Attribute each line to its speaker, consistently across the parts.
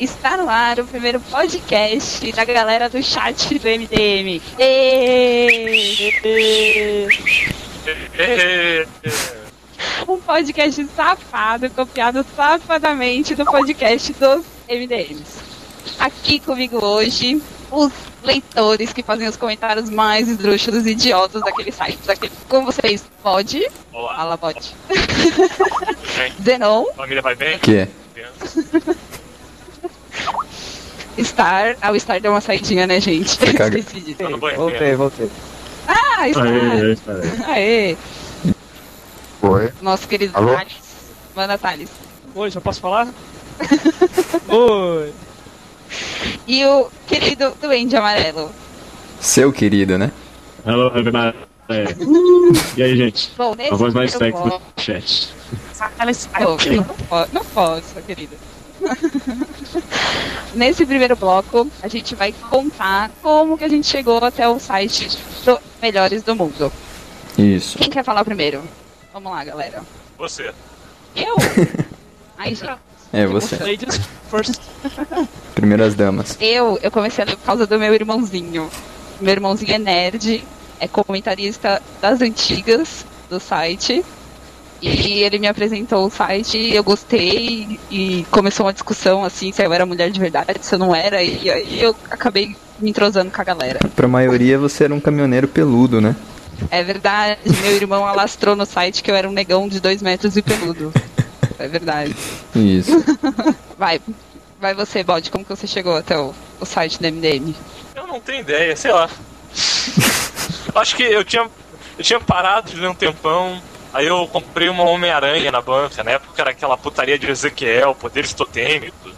Speaker 1: Está no ar o primeiro podcast da galera do chat do MDM. Êêêê! Um podcast safado, copiado safadamente do podcast dos MDMs. Aqui comigo hoje, os leitores que fazem os comentários mais esdrúxulos e idiotas daquele site. Daquele... Com vocês, pode?
Speaker 2: Olá,
Speaker 1: Fala, pode.
Speaker 2: gente.
Speaker 1: Zenon,
Speaker 2: Família vai bem?
Speaker 3: Que é?
Speaker 1: Star. Ah, o Star deu uma saidinha, né, gente?
Speaker 3: caga-
Speaker 1: Esqueci de
Speaker 2: Tá
Speaker 1: dizer.
Speaker 2: no banheiro.
Speaker 4: Voltei, voltei.
Speaker 1: Ah, Star!
Speaker 5: Aê, aê,
Speaker 1: Aê,
Speaker 5: Oi.
Speaker 1: nosso querido
Speaker 5: Alô?
Speaker 1: Thales. Manda Thales.
Speaker 4: Oi, já posso falar? Oi.
Speaker 1: E o querido Duende Amarelo.
Speaker 3: Seu querido, né?
Speaker 5: Hello, everybody. E aí, gente?
Speaker 1: Bom, nesse
Speaker 5: A voz mais
Speaker 1: primeiro
Speaker 5: sexy
Speaker 1: bloco-
Speaker 5: do chat.
Speaker 1: Não, não po- Não posso, querida. Nesse primeiro bloco, a gente vai contar como que a gente chegou até o site do Melhores do Mundo.
Speaker 3: Isso.
Speaker 1: Quem quer falar primeiro? Vamos lá, galera.
Speaker 2: Você.
Speaker 1: Eu? Ai, gente.
Speaker 3: É você.
Speaker 4: Ladies first.
Speaker 3: Primeiras damas.
Speaker 1: Eu, eu comecei a ler por causa do meu irmãozinho. Meu irmãozinho é nerd, é comentarista das antigas do site. E ele me apresentou o site, eu gostei e começou uma discussão assim, se eu era mulher de verdade, se eu não era, e aí eu acabei me entrosando com a galera.
Speaker 3: Pra maioria você era um caminhoneiro peludo, né?
Speaker 1: É verdade, meu irmão alastrou no site que eu era um negão de dois metros e peludo. É verdade.
Speaker 3: Isso.
Speaker 1: Vai, vai você, Bode, como que você chegou até o, o site do MDM?
Speaker 2: Eu não tenho ideia, sei lá. Acho que eu tinha, eu tinha parado de ler um tempão. Aí eu comprei uma Homem-Aranha na banca. Na época era aquela putaria de Ezequiel, poderes totêmicos.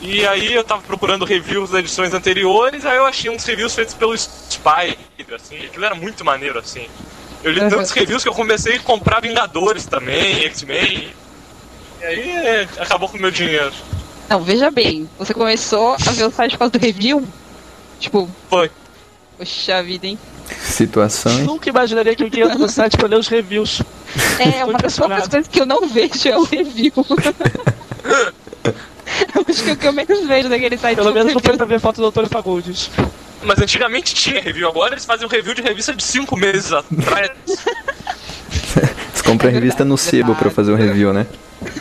Speaker 2: E aí eu tava procurando reviews das edições anteriores. Aí eu achei uns reviews feitos pelo Spy. Assim, aquilo era muito maneiro assim. Eu li
Speaker 1: Uhum.
Speaker 2: tantos reviews que eu comecei a comprar Vingadores também, X-Men. E aí é, acabou com o meu dinheiro.
Speaker 1: Não, veja bem, você começou a ver o site por causa do review? Tipo,
Speaker 2: Foi.
Speaker 1: poxa vida, hein?
Speaker 3: Situação, hein?
Speaker 4: Nunca imaginaria que um eu ia no site pra ler os reviews.
Speaker 1: É, uma das poucas
Speaker 4: impressionado.
Speaker 1: coisas que eu não vejo é o review. Eu Acho que o que eu menos vejo daquele site é
Speaker 4: Pelo
Speaker 1: são
Speaker 4: menos não foi
Speaker 1: reviews.
Speaker 4: pra ver foto do Antônio Fagundes.
Speaker 2: Mas antigamente tinha review, agora eles fazem um review de revista de cinco meses atrás.
Speaker 3: Você compra a revista no sebo pra fazer um review, né?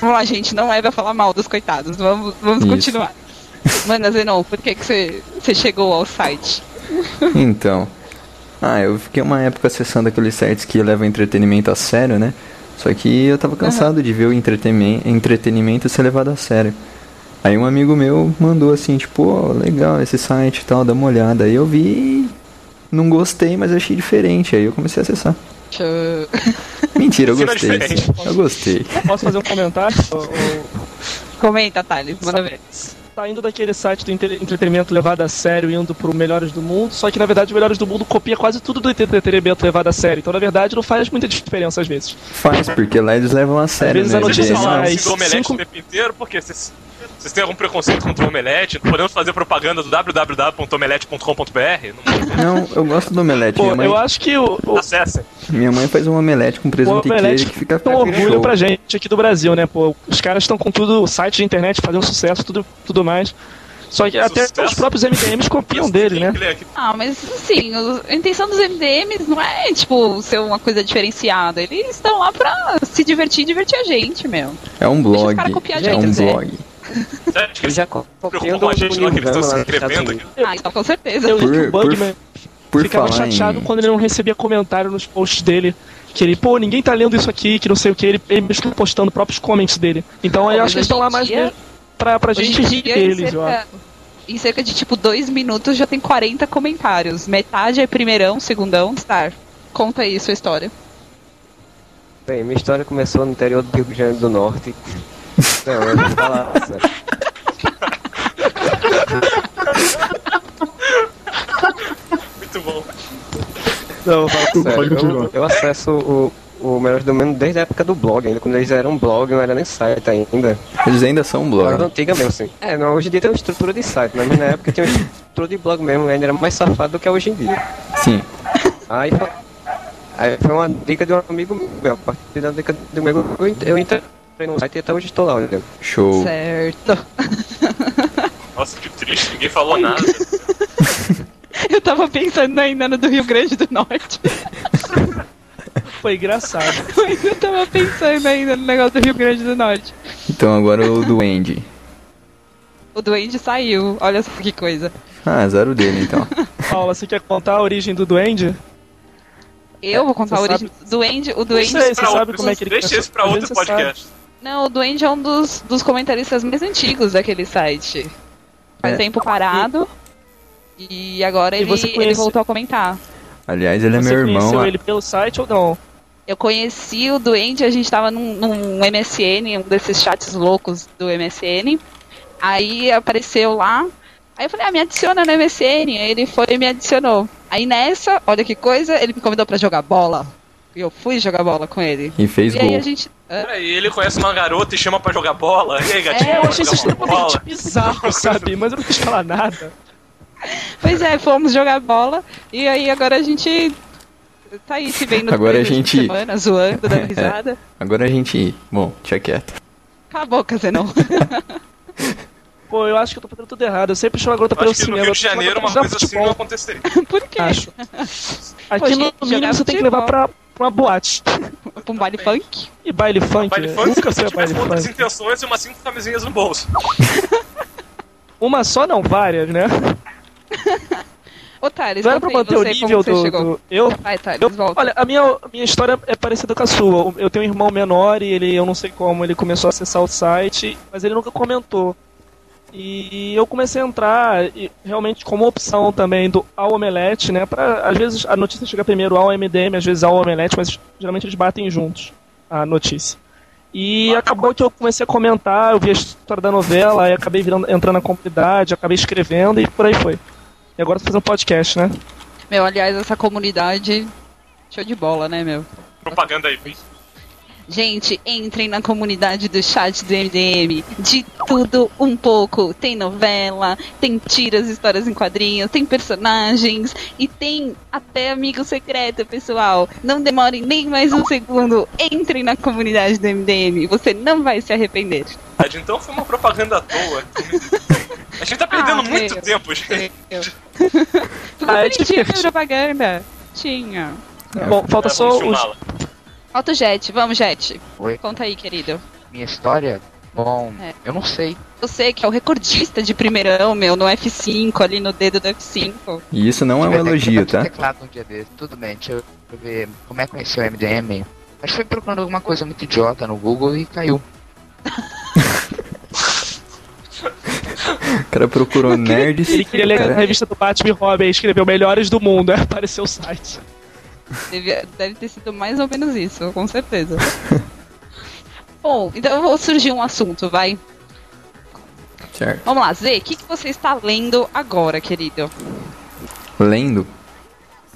Speaker 1: Vamos lá, gente, não é pra falar mal dos coitados. Vamos, vamos
Speaker 3: Isso.
Speaker 1: continuar. Manda, Zenon, por que, que você, você chegou ao site?
Speaker 3: Então. Ah, eu fiquei uma época acessando aqueles sites que levam entretenimento a sério, né? Só que eu tava cansado de ver o entretenimento, entretenimento ser levado a sério. Aí um amigo meu mandou assim, tipo, ó, legal esse site e tal, dá uma olhada. Aí eu vi, não gostei, mas achei diferente. Aí eu comecei a acessar.
Speaker 1: Deixa eu-
Speaker 3: Mentira, eu
Speaker 4: é
Speaker 2: Ensina
Speaker 3: gostei.
Speaker 2: diferente.
Speaker 3: Eu gostei.
Speaker 4: Posso fazer um comentário? O- o-
Speaker 1: Comenta, Thales, manda ver.
Speaker 4: Saindo Tá daquele site do entre- entretenimento levado a sério, indo pro Melhores do Mundo, só que na verdade o Melhores do Mundo copia quase tudo do entretenimento levado a sério. Então na verdade não faz muita diferença às vezes.
Speaker 3: Faz, porque lá eles levam a sério,
Speaker 4: vezes
Speaker 3: né?
Speaker 4: a
Speaker 2: Vocês
Speaker 4: notícia
Speaker 3: Eles-
Speaker 2: falaram
Speaker 4: mais
Speaker 2: assim do Omelete
Speaker 4: cinco-
Speaker 2: o tempo inteiro, porque vocês, vocês têm algum preconceito contra o Omelete? Podemos fazer propaganda do www.omelete.com.br? Não-
Speaker 3: Não, eu gosto do omelete.
Speaker 4: Pô,
Speaker 3: minha, mãe,
Speaker 4: eu acho que o, o,
Speaker 2: Acessem.
Speaker 3: minha mãe faz um omelete com
Speaker 4: Pô,
Speaker 3: presunto e
Speaker 4: Omelete,
Speaker 3: queijo que fica
Speaker 4: é um
Speaker 3: fica
Speaker 4: orgulho
Speaker 3: show.
Speaker 4: pra gente aqui do Brasil, né, pô? Os caras estão com tudo, site de internet fazendo sucesso, tudo, tudo mais. Só que até
Speaker 2: Sucesso.
Speaker 4: os próprios MDMs copiam dele, né?
Speaker 1: Ah, mas assim, o- a intenção dos MDMs não é, tipo, ser uma coisa diferenciada. Eles estão lá pra se divertir e divertir a gente, meu.
Speaker 3: É um
Speaker 1: os
Speaker 3: blog.
Speaker 1: caras copiar a
Speaker 3: É
Speaker 1: gente,
Speaker 3: um
Speaker 1: Zé.
Speaker 3: blog.
Speaker 2: Você acha que
Speaker 6: Eles
Speaker 2: eles
Speaker 6: já
Speaker 2: se preocupam com
Speaker 6: copiam
Speaker 2: a gente lá que eles estão
Speaker 4: né?
Speaker 2: se inscrevendo? aqui?
Speaker 1: Ah, então com certeza.
Speaker 4: Eu li que o
Speaker 3: Por-
Speaker 4: Bugman
Speaker 3: Por
Speaker 4: ficava
Speaker 3: falar
Speaker 4: chateado
Speaker 3: em...
Speaker 4: quando ele não recebia comentário nos posts dele. Que ele, pô, ninguém tá lendo isso aqui, que não sei o que, ele, ele mesmo postando próprios comments dele. Então eu
Speaker 1: mas
Speaker 4: acho que eles
Speaker 1: hoje
Speaker 4: estão
Speaker 1: em
Speaker 4: lá mais
Speaker 1: dia-
Speaker 4: mesmo pra, pra
Speaker 1: Hoje
Speaker 4: gente
Speaker 1: em
Speaker 4: rir
Speaker 1: dia, é. em
Speaker 4: deles, eu acho.
Speaker 1: cerca, em cerca de tipo dois minutos já tem 40 comentários. Metade é primeirão, segundão, star. Conta aí sua história.
Speaker 6: Bem, minha história começou no interior do Rio Grande do Norte. Não, eu vou falar. sério.
Speaker 2: Muito bom.
Speaker 4: Não, vai.
Speaker 6: Sério,
Speaker 5: continuar.
Speaker 6: eu, eu acesso o, o Melhores do Mundo desde a época do blog, ainda quando eles eram blog, não era nem site ainda.
Speaker 3: Eles ainda são um
Speaker 6: Era
Speaker 3: blog.
Speaker 6: antiga mesmo, assim. É, não, hoje em dia tem uma estrutura de site, né? mas na época tinha uma estrutura de blog mesmo, ainda era mais safado do que é hoje em dia.
Speaker 3: Sim.
Speaker 6: Aí, foi- aí foi uma dica de um amigo meu. A partir da dica
Speaker 3: Oh.
Speaker 6: do meu, eu, ent- eu entrei no site e até hoje estou lá, olha.
Speaker 3: Show.
Speaker 1: Certo.
Speaker 2: Nossa, que triste, ninguém falou nada.
Speaker 1: Eu tava pensando ainda no do Rio Grande do Norte.
Speaker 4: Foi engraçado.
Speaker 1: Eu ainda tava pensando ainda no negócio do Rio Grande do Norte.
Speaker 3: Então agora o do Andy.
Speaker 1: O duende saiu, olha só que coisa.
Speaker 3: Ah, azar o dele então.
Speaker 4: Paula, você quer contar a origem do duende?
Speaker 1: Eu vou contar a
Speaker 4: Você
Speaker 1: origem. Duende, o duende.
Speaker 4: sei. Você
Speaker 2: Pra
Speaker 4: sabe
Speaker 2: outro-
Speaker 4: como é que ele
Speaker 2: Deixa
Speaker 4: começou?
Speaker 2: isso pra
Speaker 4: Às
Speaker 2: outro
Speaker 4: vezes você sabe.
Speaker 2: podcast.
Speaker 1: Não, o duende é um dos, dos comentaristas mais antigos daquele site. Faz
Speaker 3: É.
Speaker 1: tempo parado. E agora
Speaker 4: E
Speaker 1: ele,
Speaker 4: você
Speaker 1: ele
Speaker 4: conhece-
Speaker 1: voltou a comentar.
Speaker 3: Aliás, ele é
Speaker 4: você
Speaker 3: meu irmão.
Speaker 4: conheceu
Speaker 3: ah,
Speaker 4: ele pelo site ou não?
Speaker 1: Eu conheci o Duende, a gente tava num, num MSN, um desses chats loucos do MSN. Aí apareceu lá. Aí eu falei, ah, me adiciona no MSN. Aí ele foi e me adicionou. Aí nessa, olha que coisa, ele me convidou pra jogar bola. E eu fui jogar bola com ele.
Speaker 3: E fez
Speaker 1: e aí
Speaker 3: gol.
Speaker 1: a gente. Hã?
Speaker 2: Peraí, ele conhece uma garota e chama pra jogar bola. E aí, gatinho,
Speaker 1: É, eu
Speaker 2: bora
Speaker 1: achei
Speaker 2: jogar
Speaker 1: isso
Speaker 2: uma bola.
Speaker 4: Extremamente bizarro, sabe? Mas eu não quis falar nada.
Speaker 1: Pois é, fomos jogar bola. E aí agora a gente. Tá aí se vendo
Speaker 3: Agora a
Speaker 1: durante
Speaker 3: gente- É.
Speaker 1: a semana, zoando, dando risada.
Speaker 3: Agora a gente. Bom, tinha quieto.
Speaker 1: Cala a boca, Zenon.
Speaker 4: Pô, eu acho que eu tô fazendo tudo errado. Eu sempre chamo a garota
Speaker 2: Eu
Speaker 4: pra ir
Speaker 2: acho
Speaker 4: ao
Speaker 2: que no
Speaker 4: cinema.
Speaker 2: Rio de Janeiro
Speaker 4: eu tô
Speaker 2: uma
Speaker 4: chamando pra
Speaker 2: coisa
Speaker 4: jogar
Speaker 2: assim não aconteceria.
Speaker 1: Por quê?
Speaker 4: Acho.
Speaker 1: Pô,
Speaker 4: Aqui
Speaker 1: gente,
Speaker 4: no mínimo
Speaker 1: É. jogar
Speaker 4: você tem que
Speaker 1: futebol.
Speaker 4: levar pra, pra uma boate.
Speaker 1: Pra um baile funk?
Speaker 4: E baile funk?
Speaker 2: Baile
Speaker 4: né?
Speaker 2: funk, se
Speaker 4: Nunca
Speaker 2: você
Speaker 4: foi a
Speaker 2: tivesse
Speaker 4: baile
Speaker 2: com outras
Speaker 4: funk.
Speaker 2: intenções e umas cinco camisinhas no bolso.
Speaker 4: Uma só não, várias, né?
Speaker 1: Ô, Thales,
Speaker 4: Não era
Speaker 1: conta
Speaker 4: pra
Speaker 1: aí,
Speaker 4: manter o
Speaker 1: você, como
Speaker 4: nível
Speaker 1: você
Speaker 4: do,
Speaker 1: chegou.
Speaker 4: do- Eu?
Speaker 1: Vai, Thales,
Speaker 4: Eu-
Speaker 1: volta.
Speaker 4: olha, a minha, a minha história é parecida com a sua. Eu tenho um irmão menor e ele, eu não sei como, ele começou a acessar o site, mas ele nunca comentou. E eu comecei a entrar e, realmente como opção também do Ao Omelete, né? Pra, às vezes a notícia chega primeiro ao MDM, às vezes ao Omelete, mas geralmente eles batem juntos a notícia. E acabou que eu comecei a comentar, eu vi a história da novela, aí acabei virando- entrando na comunidade, acabei escrevendo e por aí foi. E agora tô fazendo podcast, né?
Speaker 1: Meu, aliás, essa comunidade. Show de bola, né, meu?
Speaker 2: Propaganda aí, vem.
Speaker 1: Gente, entrem na comunidade do chat do MDM. De tudo um pouco. Tem novela, tem tiras, histórias em quadrinhos, tem personagens e tem até amigo secreto, pessoal. Não demorem nem mais um segundo. Entrem na comunidade do MDM. Você não vai se arrepender.
Speaker 2: Verdade, Então foi uma propaganda à toa. A gente tá perdendo
Speaker 1: Ah,
Speaker 2: muito
Speaker 1: meu.
Speaker 2: tempo, gente.
Speaker 1: Ficou
Speaker 4: Ah, é
Speaker 1: bonitinha a
Speaker 4: divertido.
Speaker 1: propaganda. Tinha.
Speaker 4: Bom, falta
Speaker 2: É,
Speaker 4: só
Speaker 2: vamos
Speaker 4: os,
Speaker 2: filmá-la.
Speaker 1: Falta o Jet, vamos, Jet.
Speaker 7: Oi.
Speaker 1: Conta aí, querido.
Speaker 7: Minha história? Bom,
Speaker 1: É.
Speaker 7: eu não sei.
Speaker 1: Você que é o recordista de primeirão, meu, no F5, ali no dedo do F5.
Speaker 3: E isso não é um
Speaker 7: Tive até que
Speaker 3: elogio,
Speaker 7: bater
Speaker 3: tá?
Speaker 7: teclado um dia desse. Tudo bem, deixa eu ver como é que conheceu o MDM. Mas foi procurando alguma coisa muito idiota no Google e caiu.
Speaker 3: O cara procurou nerds.
Speaker 4: Ele queria ler a
Speaker 3: cara,
Speaker 4: revista do Batman e Robin e escreveu Melhores do Mundo, aí apareceu o site.
Speaker 1: Deve, deve ter sido mais ou menos isso, com certeza. Bom, então eu vou surgir um assunto, vai.
Speaker 3: certo.
Speaker 1: Vamos lá, Z, o que, que você está lendo agora, querido?
Speaker 3: Lendo?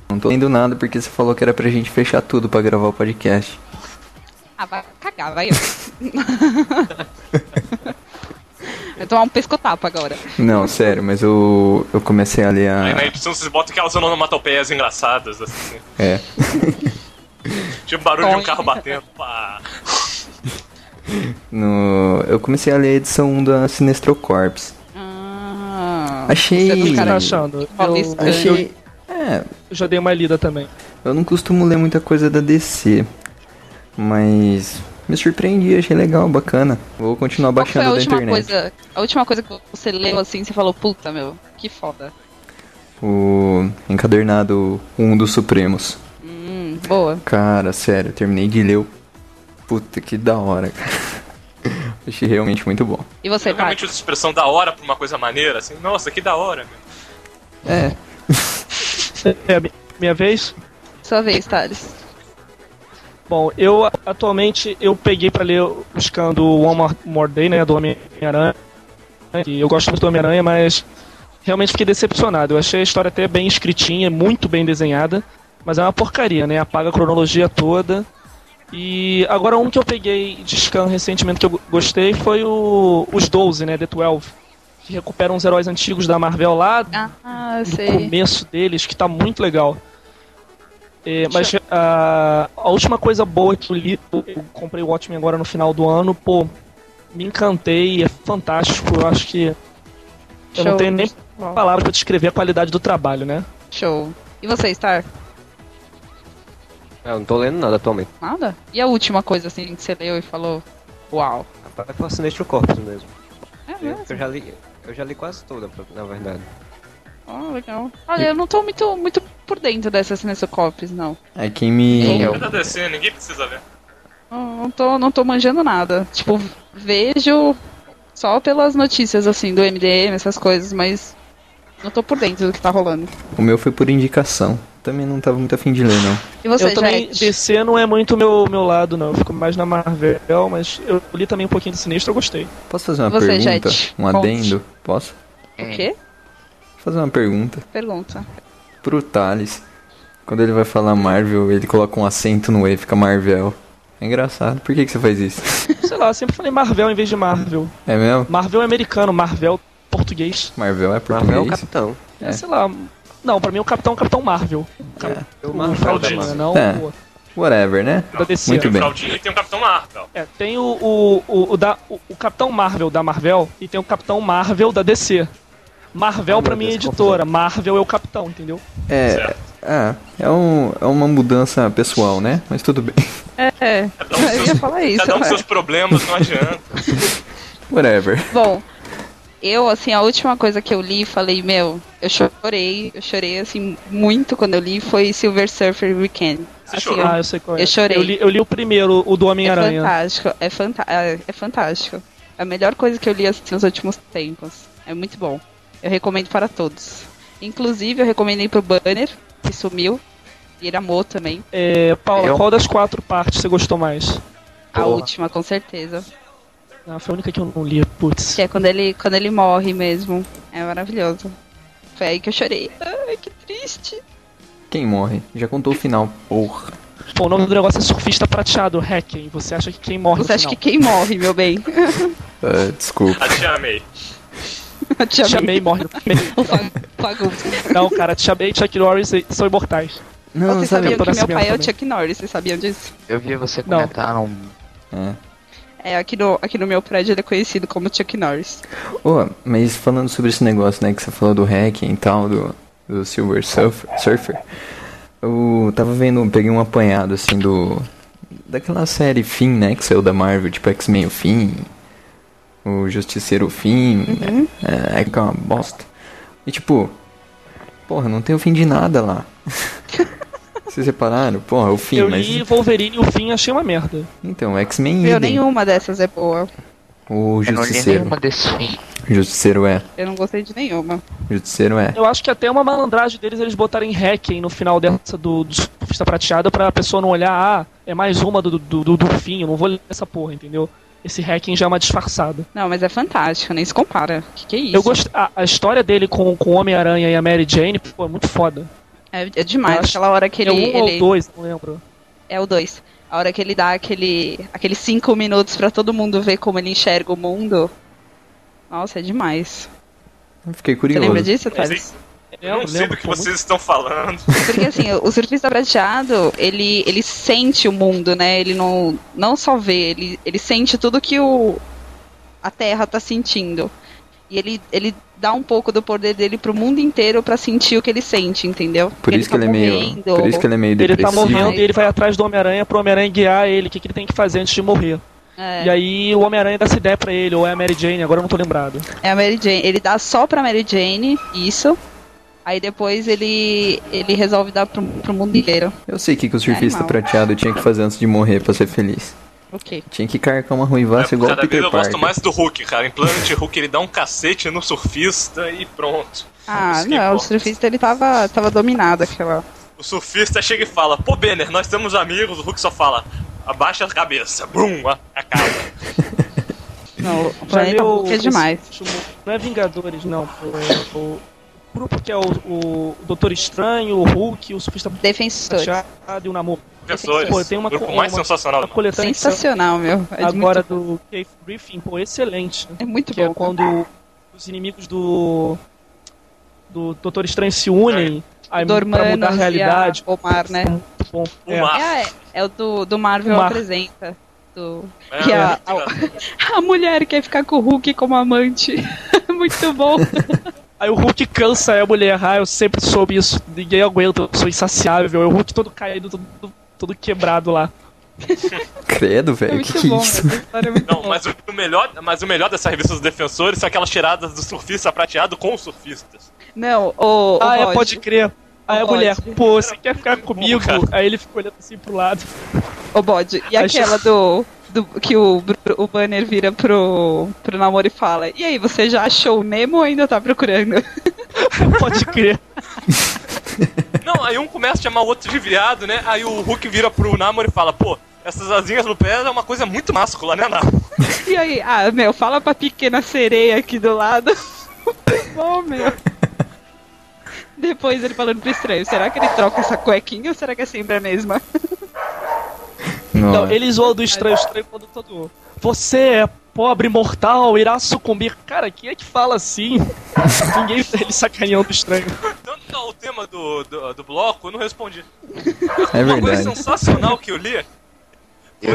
Speaker 3: Não tô lendo nada porque você falou que era pra gente fechar tudo pra gravar o podcast.
Speaker 1: Ah, vai cagar, vai eu. Vai tomar um pescotapa agora.
Speaker 3: Não, sério, mas eu, eu comecei a ler
Speaker 2: Aí na
Speaker 3: a.
Speaker 2: edição vocês botam aquelas onomatopeias engraçadas, assim.
Speaker 3: É.
Speaker 2: Tipo barulho de um
Speaker 1: Põe.
Speaker 2: carro batendo. Pá.
Speaker 3: No, eu comecei a ler a edição 1 da Sinestro Corps.
Speaker 1: Ah,
Speaker 3: Achei.
Speaker 1: você é
Speaker 4: O que
Speaker 1: do
Speaker 4: você tá
Speaker 1: caralho.
Speaker 4: achando?
Speaker 1: Rola
Speaker 4: Eu,
Speaker 1: scan.
Speaker 4: eu
Speaker 3: Achei. É,
Speaker 4: já dei uma lida também.
Speaker 3: eu não costumo ler muita coisa da DC. Mas. Me surpreendi, achei legal, bacana. Vou continuar
Speaker 1: Qual foi a
Speaker 3: baixando da
Speaker 1: última
Speaker 3: internet.
Speaker 1: coisa? A última coisa que você leu assim, você falou, puta meu, que foda.
Speaker 3: O encadernado 1 dos Supremos.
Speaker 1: Hum, boa.
Speaker 3: Cara, sério, eu terminei de ler. o- Puta que da hora, cara. Achei realmente muito bom.
Speaker 1: E você,
Speaker 2: Eu
Speaker 1: vai?
Speaker 2: realmente uso expressão da hora pra uma coisa maneira, assim. Nossa, que da hora, meu.
Speaker 3: É.
Speaker 4: É a mi- minha vez?
Speaker 1: Sua vez, Thales.
Speaker 4: Bom, eu atualmente eu peguei pra ler o scan do One More- More Day, né? Do Homem-Aranha. E Eu gosto muito do Homem-Aranha, mas realmente fiquei decepcionado. Eu achei a história até bem escritinha, muito bem desenhada, mas é uma porcaria, né? Apaga a cronologia toda. E agora um que eu peguei de scan recentemente que eu go- gostei foi o os 12, né, The 12, que recuperam os heróis antigos da Marvel lá
Speaker 1: Ah, eu
Speaker 4: no
Speaker 1: sei.
Speaker 4: começo deles, que tá muito legal. É, mas
Speaker 1: Deixa
Speaker 4: a, a última coisa boa que eu li, eu comprei o Watchmen agora no final do ano, pô, me encantei, é fantástico, eu acho que Eu
Speaker 1: Show.
Speaker 4: não tenho nem palavras pra descrever a qualidade do trabalho, né?
Speaker 1: Show. E você, Star?
Speaker 6: Eu não tô lendo nada atualmente.
Speaker 1: Nada? E a última coisa, assim, que você leu e falou, uau.
Speaker 6: Rapaz, eu faço Tá o corpus mesmo.
Speaker 1: É
Speaker 6: Eu,
Speaker 1: mesmo?
Speaker 6: eu já li, eu já li quase toda, pra- na verdade.
Speaker 1: Ah, legal. Olha, eu não tô muito, muito por dentro dessas Nesocopes, não.
Speaker 3: É quem me.
Speaker 7: Eu.
Speaker 2: É da DC, ninguém precisa ver.
Speaker 1: Não, não tô, não tô manjando nada. Tipo, vejo só pelas notícias, assim, do MDM, essas coisas, mas não tô por dentro do que tá rolando.
Speaker 3: O meu foi por indicação. Também não tava muito afim de ler, não.
Speaker 1: E você,
Speaker 4: eu também,
Speaker 1: Jet?
Speaker 4: DC não é muito meu, meu lado, não. Eu fico mais na Marvel, mas eu li também um pouquinho do Sinistro, eu gostei.
Speaker 3: Posso fazer uma
Speaker 1: Você,
Speaker 3: pergunta?
Speaker 1: Jet,
Speaker 3: um
Speaker 1: conte.
Speaker 3: adendo? Posso?
Speaker 1: O quê?
Speaker 3: Fazer uma pergunta
Speaker 1: Pergunta.
Speaker 3: pro Thales. Quando ele vai falar Marvel, ele coloca um acento no E, fica Marvel. É engraçado. Por que, que você faz isso?
Speaker 4: Sei lá, eu sempre falei Marvel em vez de Marvel.
Speaker 3: É mesmo?
Speaker 4: Marvel é americano, Marvel português.
Speaker 3: Marvel é
Speaker 6: Marvel é
Speaker 3: português?
Speaker 6: o capitão.
Speaker 3: É.
Speaker 4: Sei lá. Não, pra mim o Capitão é o Capitão Marvel.
Speaker 6: Eu
Speaker 4: O
Speaker 6: Marvel da
Speaker 4: Fraudinho,
Speaker 6: Marvel.
Speaker 4: não
Speaker 3: É.
Speaker 4: o
Speaker 3: Whatever, né?
Speaker 4: da DC.
Speaker 3: Muito
Speaker 2: Tem o
Speaker 3: bem.
Speaker 2: Claudinho e tem o Capitão Marvel.
Speaker 4: É, tem o, o, o, o da, o, o Capitão Marvel da Marvel e tem o Capitão Marvel da DC. Marvel
Speaker 6: Ah,
Speaker 4: pra
Speaker 6: meu
Speaker 4: mim é
Speaker 6: Deus,
Speaker 4: editora, Marvel é o Capitão, entendeu?
Speaker 3: É.
Speaker 2: Certo.
Speaker 3: Ah, é, um, é uma mudança pessoal, né? Mas tudo bem.
Speaker 1: É,
Speaker 2: Cada um,
Speaker 1: eu
Speaker 2: seus,
Speaker 1: ia falar isso. é. né?
Speaker 2: cada um com
Speaker 1: mas-
Speaker 2: seus problemas, não adianta.
Speaker 3: Whatever.
Speaker 1: Bom, eu, assim, a última coisa que eu li, falei, meu, eu chorei, eu chorei, assim, muito quando eu li, foi Silver Surfer Weekend.
Speaker 2: Você
Speaker 1: Assim,
Speaker 2: chorou?
Speaker 1: ó,
Speaker 4: Ah, eu sei qual é.
Speaker 1: Eu chorei.
Speaker 4: Eu li, eu li o primeiro, o do
Speaker 1: é
Speaker 4: Homem-Aranha.
Speaker 1: fantástico, é, fanta é é fantástico. É a melhor coisa que eu li, assim, nos últimos tempos. É muito bom. Eu recomendo para todos. Inclusive, eu recomendei pro Banner, que sumiu, e ele amou também.
Speaker 4: É, Paula,
Speaker 7: Eu?
Speaker 4: qual das quatro partes você gostou mais?
Speaker 1: A
Speaker 7: Porra.
Speaker 1: última, com certeza.
Speaker 4: Ah, foi a única que eu não li, putz.
Speaker 1: Que é quando ele, quando ele morre mesmo. É maravilhoso. Foi aí que eu chorei. Ai, que triste.
Speaker 3: Quem morre? Já contou o final, porra.
Speaker 4: Pô, o nome do negócio é Surfista Prateado, Hacking. Você acha que quem morre
Speaker 1: Você
Speaker 4: no
Speaker 1: acha
Speaker 4: final?
Speaker 1: que quem morre, meu bem?
Speaker 3: Ah, desculpa.
Speaker 2: A Tia May.
Speaker 1: Eu te
Speaker 4: Tia
Speaker 1: amei.
Speaker 4: May morre no primeiro.
Speaker 1: O Fa- Fagundes.
Speaker 4: Não, cara, Tia May e Chuck Norris são imortais.
Speaker 3: Não,
Speaker 1: Vocês
Speaker 3: sabe?
Speaker 1: sabiam que meu
Speaker 4: Nascimento
Speaker 1: pai é o
Speaker 4: também.
Speaker 1: Chuck Norris, vocês sabiam disso?
Speaker 7: Eu vi você
Speaker 4: Não.
Speaker 7: comentar num.
Speaker 3: É.
Speaker 1: É, aqui no, aqui no meu prédio ele é conhecido como Chuck Norris.
Speaker 3: Ô, mas falando sobre esse negócio, né, que você falou do hacking e tal, do, do Silver Surfer, Surfer, eu tava vendo, peguei um apanhado, assim, do... Daquela série Fim, né, que saiu da Marvel, tipo X-Men o Fim, o Justiceiro o Fim,
Speaker 7: Uhum.
Speaker 3: né, é, é que é uma bosta. E tipo, porra, não tem o fim de nada lá. Vocês repararam? Porra, é o fim,
Speaker 4: eu
Speaker 3: mas...
Speaker 4: li Wolverine e o fim achei uma merda.
Speaker 3: Então, X-Men
Speaker 1: Meu,
Speaker 3: Idem,
Speaker 1: nenhuma dessas é boa.
Speaker 3: o
Speaker 7: Eu não li
Speaker 3: Justiceiro.
Speaker 7: nenhuma desses filmes.
Speaker 3: Justiceiro é,
Speaker 1: Eu não gostei de nenhuma.
Speaker 3: Justiceiro é.
Speaker 4: Eu acho que até é uma malandragem deles eles botarem Hacking no final dessa do, do Surfista Prateado pra pessoa não olhar, ah, é mais uma do, do, do, do fim, eu não vou ler essa porra, entendeu? Esse Hacking já é uma disfarçada.
Speaker 1: Não, mas é fantástico, nem se compara. Que que é isso?
Speaker 4: Eu gosto a, a história dele com, com o Homem-Aranha e a Mary Jane, pô, é muito foda.
Speaker 1: É, é demais,
Speaker 4: Eu acho
Speaker 1: aquela hora que ele...
Speaker 4: é um
Speaker 1: ele-
Speaker 4: ou dois, não lembro.
Speaker 1: É o 2. A hora que ele dá aquele, aqueles cinco minutos pra todo mundo ver como ele enxerga o mundo. Nossa, é demais.
Speaker 3: Eu fiquei
Speaker 1: Você
Speaker 3: curioso.
Speaker 1: lembra disso,
Speaker 4: É
Speaker 2: Mas
Speaker 1: Thales?
Speaker 2: Eu não sei do que
Speaker 4: pô, muito-
Speaker 2: vocês estão falando.
Speaker 1: Porque assim, o surfista prateado, ele, ele sente o mundo, né? Ele não, não só vê, ele, ele sente tudo que o, a Terra tá sentindo. E ele, ele dá um pouco do poder dele pro mundo inteiro pra sentir o que ele sente, entendeu?
Speaker 3: Por isso que ele é meio.
Speaker 1: tá morrendo.
Speaker 3: Por isso que ele é meio
Speaker 4: Ele tá
Speaker 3: depressivo.
Speaker 4: morrendo e ele vai atrás do Homem-Aranha pro Homem-Aranha guiar ele, o que, que ele tem que fazer antes de morrer.
Speaker 1: É,
Speaker 4: E aí o Homem-Aranha dá essa ideia pra ele, ou é a Mary Jane, agora eu não tô lembrado.
Speaker 1: é a Mary Jane. Ele dá só pra Mary Jane, isso. Aí depois ele, ele resolve dar pro, pro mundo inteiro.
Speaker 3: Eu sei o que, que o surfista
Speaker 1: Animal.
Speaker 3: prateado tinha que fazer antes de morrer pra ser feliz.
Speaker 1: Ok.
Speaker 3: Tinha que carcar uma ruivaça igual o
Speaker 2: É, Cada vez
Speaker 3: Peter
Speaker 2: eu
Speaker 3: Parker.
Speaker 2: gosto mais do Hulk, cara. Em Planet Hulk ele dá um cacete no surfista e pronto.
Speaker 1: Ah,
Speaker 2: Isso que
Speaker 1: não, o
Speaker 2: importa.
Speaker 1: surfista ele tava, tava dominado aquela.
Speaker 2: O surfista chega e fala, pô Banner, nós estamos amigos, o Hulk só fala, abaixa a cabeça, brum, a- acaba.
Speaker 1: Não, o planeta
Speaker 4: leu
Speaker 1: Hulk é demais.
Speaker 4: o- Não é Vingadores, não. pô, é O, o grupo que é o, o Doutor Estranho, o Hulk, o Surfista
Speaker 1: Defensores.
Speaker 4: Prateado e o Namor.
Speaker 2: Professores,
Speaker 4: Pô, tem uma,
Speaker 2: o grupo
Speaker 4: co-
Speaker 2: mais
Speaker 4: uma- É.
Speaker 2: sensacional
Speaker 4: uma
Speaker 2: do
Speaker 4: coletânea que saiu
Speaker 1: Sensacional, meu. É
Speaker 4: agora
Speaker 1: muito,
Speaker 4: do Keith Griffin, pô, excelente. né?
Speaker 1: é muito
Speaker 4: Que é
Speaker 1: bom.
Speaker 4: quando os inimigos do do Doutor Estranho se unem aí, pra
Speaker 1: Dormano
Speaker 4: mudar a
Speaker 1: e a
Speaker 4: realidade.
Speaker 1: Omar, né?
Speaker 4: Muito bom. É,
Speaker 2: Uma-
Speaker 1: É, é o do, do Marvel
Speaker 4: Mar-
Speaker 1: apresenta. Do...
Speaker 2: É,
Speaker 1: que a,
Speaker 2: é,
Speaker 1: a, a mulher quer ficar com o Hulk como amante. muito bom.
Speaker 4: Aí o Hulk cansa aí a mulher, ah, eu sempre soube isso, ninguém aguenta, eu sou insaciável. Aí o Hulk todo caído, todo, todo quebrado lá.
Speaker 3: Credo,
Speaker 1: É
Speaker 3: velho,
Speaker 1: muito
Speaker 3: que que é
Speaker 1: bom.
Speaker 3: isso?
Speaker 1: Essa história é muito
Speaker 2: Não,
Speaker 1: boa.
Speaker 2: mas o melhor, mas o melhor dessa revista dos defensores são aquelas tiradas do surfista prateado com os surfistas.
Speaker 1: Não, o.
Speaker 4: ah,
Speaker 1: o
Speaker 4: é, pode crer. Aí a
Speaker 1: Pode.
Speaker 4: mulher, pô, você quer ficar
Speaker 2: Bom,
Speaker 4: comigo?
Speaker 2: cara.
Speaker 4: Aí ele ficou olhando assim pro lado.
Speaker 1: O bode. E
Speaker 4: Acho-
Speaker 1: aquela do, do. Que o, Bru- o banner vira pro, pro namoro e fala: E aí, você já achou o Nemo ou ainda tá procurando?
Speaker 4: Pode crer.
Speaker 2: Não, aí um começa a chamar o outro de viado, né? Aí o Hulk vira pro Namor e fala, pô, essas asinhas no pé é uma coisa muito máscula, né, Namor?
Speaker 1: E aí, ah, meu, fala pra pequena sereia aqui do lado. Muito bom, meu. Depois ele falando pro estranho: Será que ele troca essa cuequinha ou será que é sempre a mesma?
Speaker 4: Não,
Speaker 3: Não, é.
Speaker 4: ele zoa do estranho, estranho quando todo. Você é pobre mortal, irá sucumbir. Cara, quem é que fala assim? Ninguém ele sacaneando o estranho.
Speaker 2: Tanto tá o tema do, do, do bloco, eu não respondi.
Speaker 3: é
Speaker 2: Uma coisa assim.
Speaker 3: verdade.
Speaker 2: sensacional que eu li
Speaker 7: Eu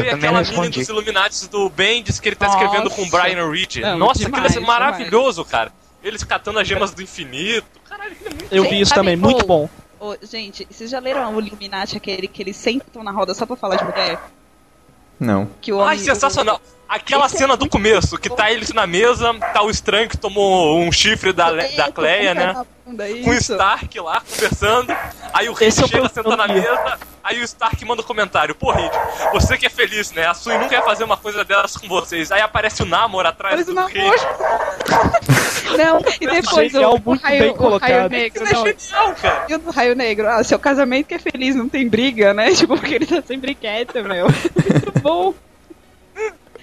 Speaker 2: foi
Speaker 7: também
Speaker 2: aquela
Speaker 7: não
Speaker 2: mini
Speaker 7: respondi.
Speaker 2: dos Illuminati do Bendis que ele tá
Speaker 1: Nossa.
Speaker 2: escrevendo com o Brian Reed.
Speaker 1: Não,
Speaker 2: Nossa,
Speaker 1: demais,
Speaker 2: aquilo é
Speaker 1: demais.
Speaker 2: maravilhoso, cara. Eles catando as gemas do infinito. Caralho, aquilo é muito
Speaker 4: Eu
Speaker 1: Sim,
Speaker 4: vi isso
Speaker 1: sabe,
Speaker 4: também,
Speaker 1: pô.
Speaker 4: muito bom.
Speaker 1: Ô, gente, vocês já leram o Illuminati, aquele que eles sentam na roda só pra falar de mulher?
Speaker 3: Não.
Speaker 1: Que o homem,
Speaker 2: Ai, sensacional. Aquela
Speaker 1: Esse é
Speaker 2: cena do começo, que tá eles na mesa, tá o estranho que tomou um chifre da,
Speaker 1: é
Speaker 2: Le- da Cleia, né? com o Stark lá conversando. Aí o Reed
Speaker 4: Esse é o
Speaker 2: chega,
Speaker 4: meu
Speaker 2: senta na
Speaker 4: nome.
Speaker 2: mesa. Aí o Stark manda um comentário: Pô, Reed, você que é feliz, né? A Sui nunca ia fazer uma coisa delas com vocês. Aí aparece o Namor atrás
Speaker 1: Parece
Speaker 2: do
Speaker 1: um
Speaker 2: Reed.
Speaker 1: Não, e depois
Speaker 4: Genial,
Speaker 1: o, o
Speaker 4: é muito
Speaker 1: raio,
Speaker 4: bem
Speaker 1: o raio
Speaker 4: colocado.
Speaker 1: negro.
Speaker 2: Isso
Speaker 1: Não,
Speaker 2: é genial, cara.
Speaker 1: e o do raio negro. Ah, seu casamento que é feliz, não tem briga, né? Tipo, porque ele tá sempre quieto, meu. Muito bom.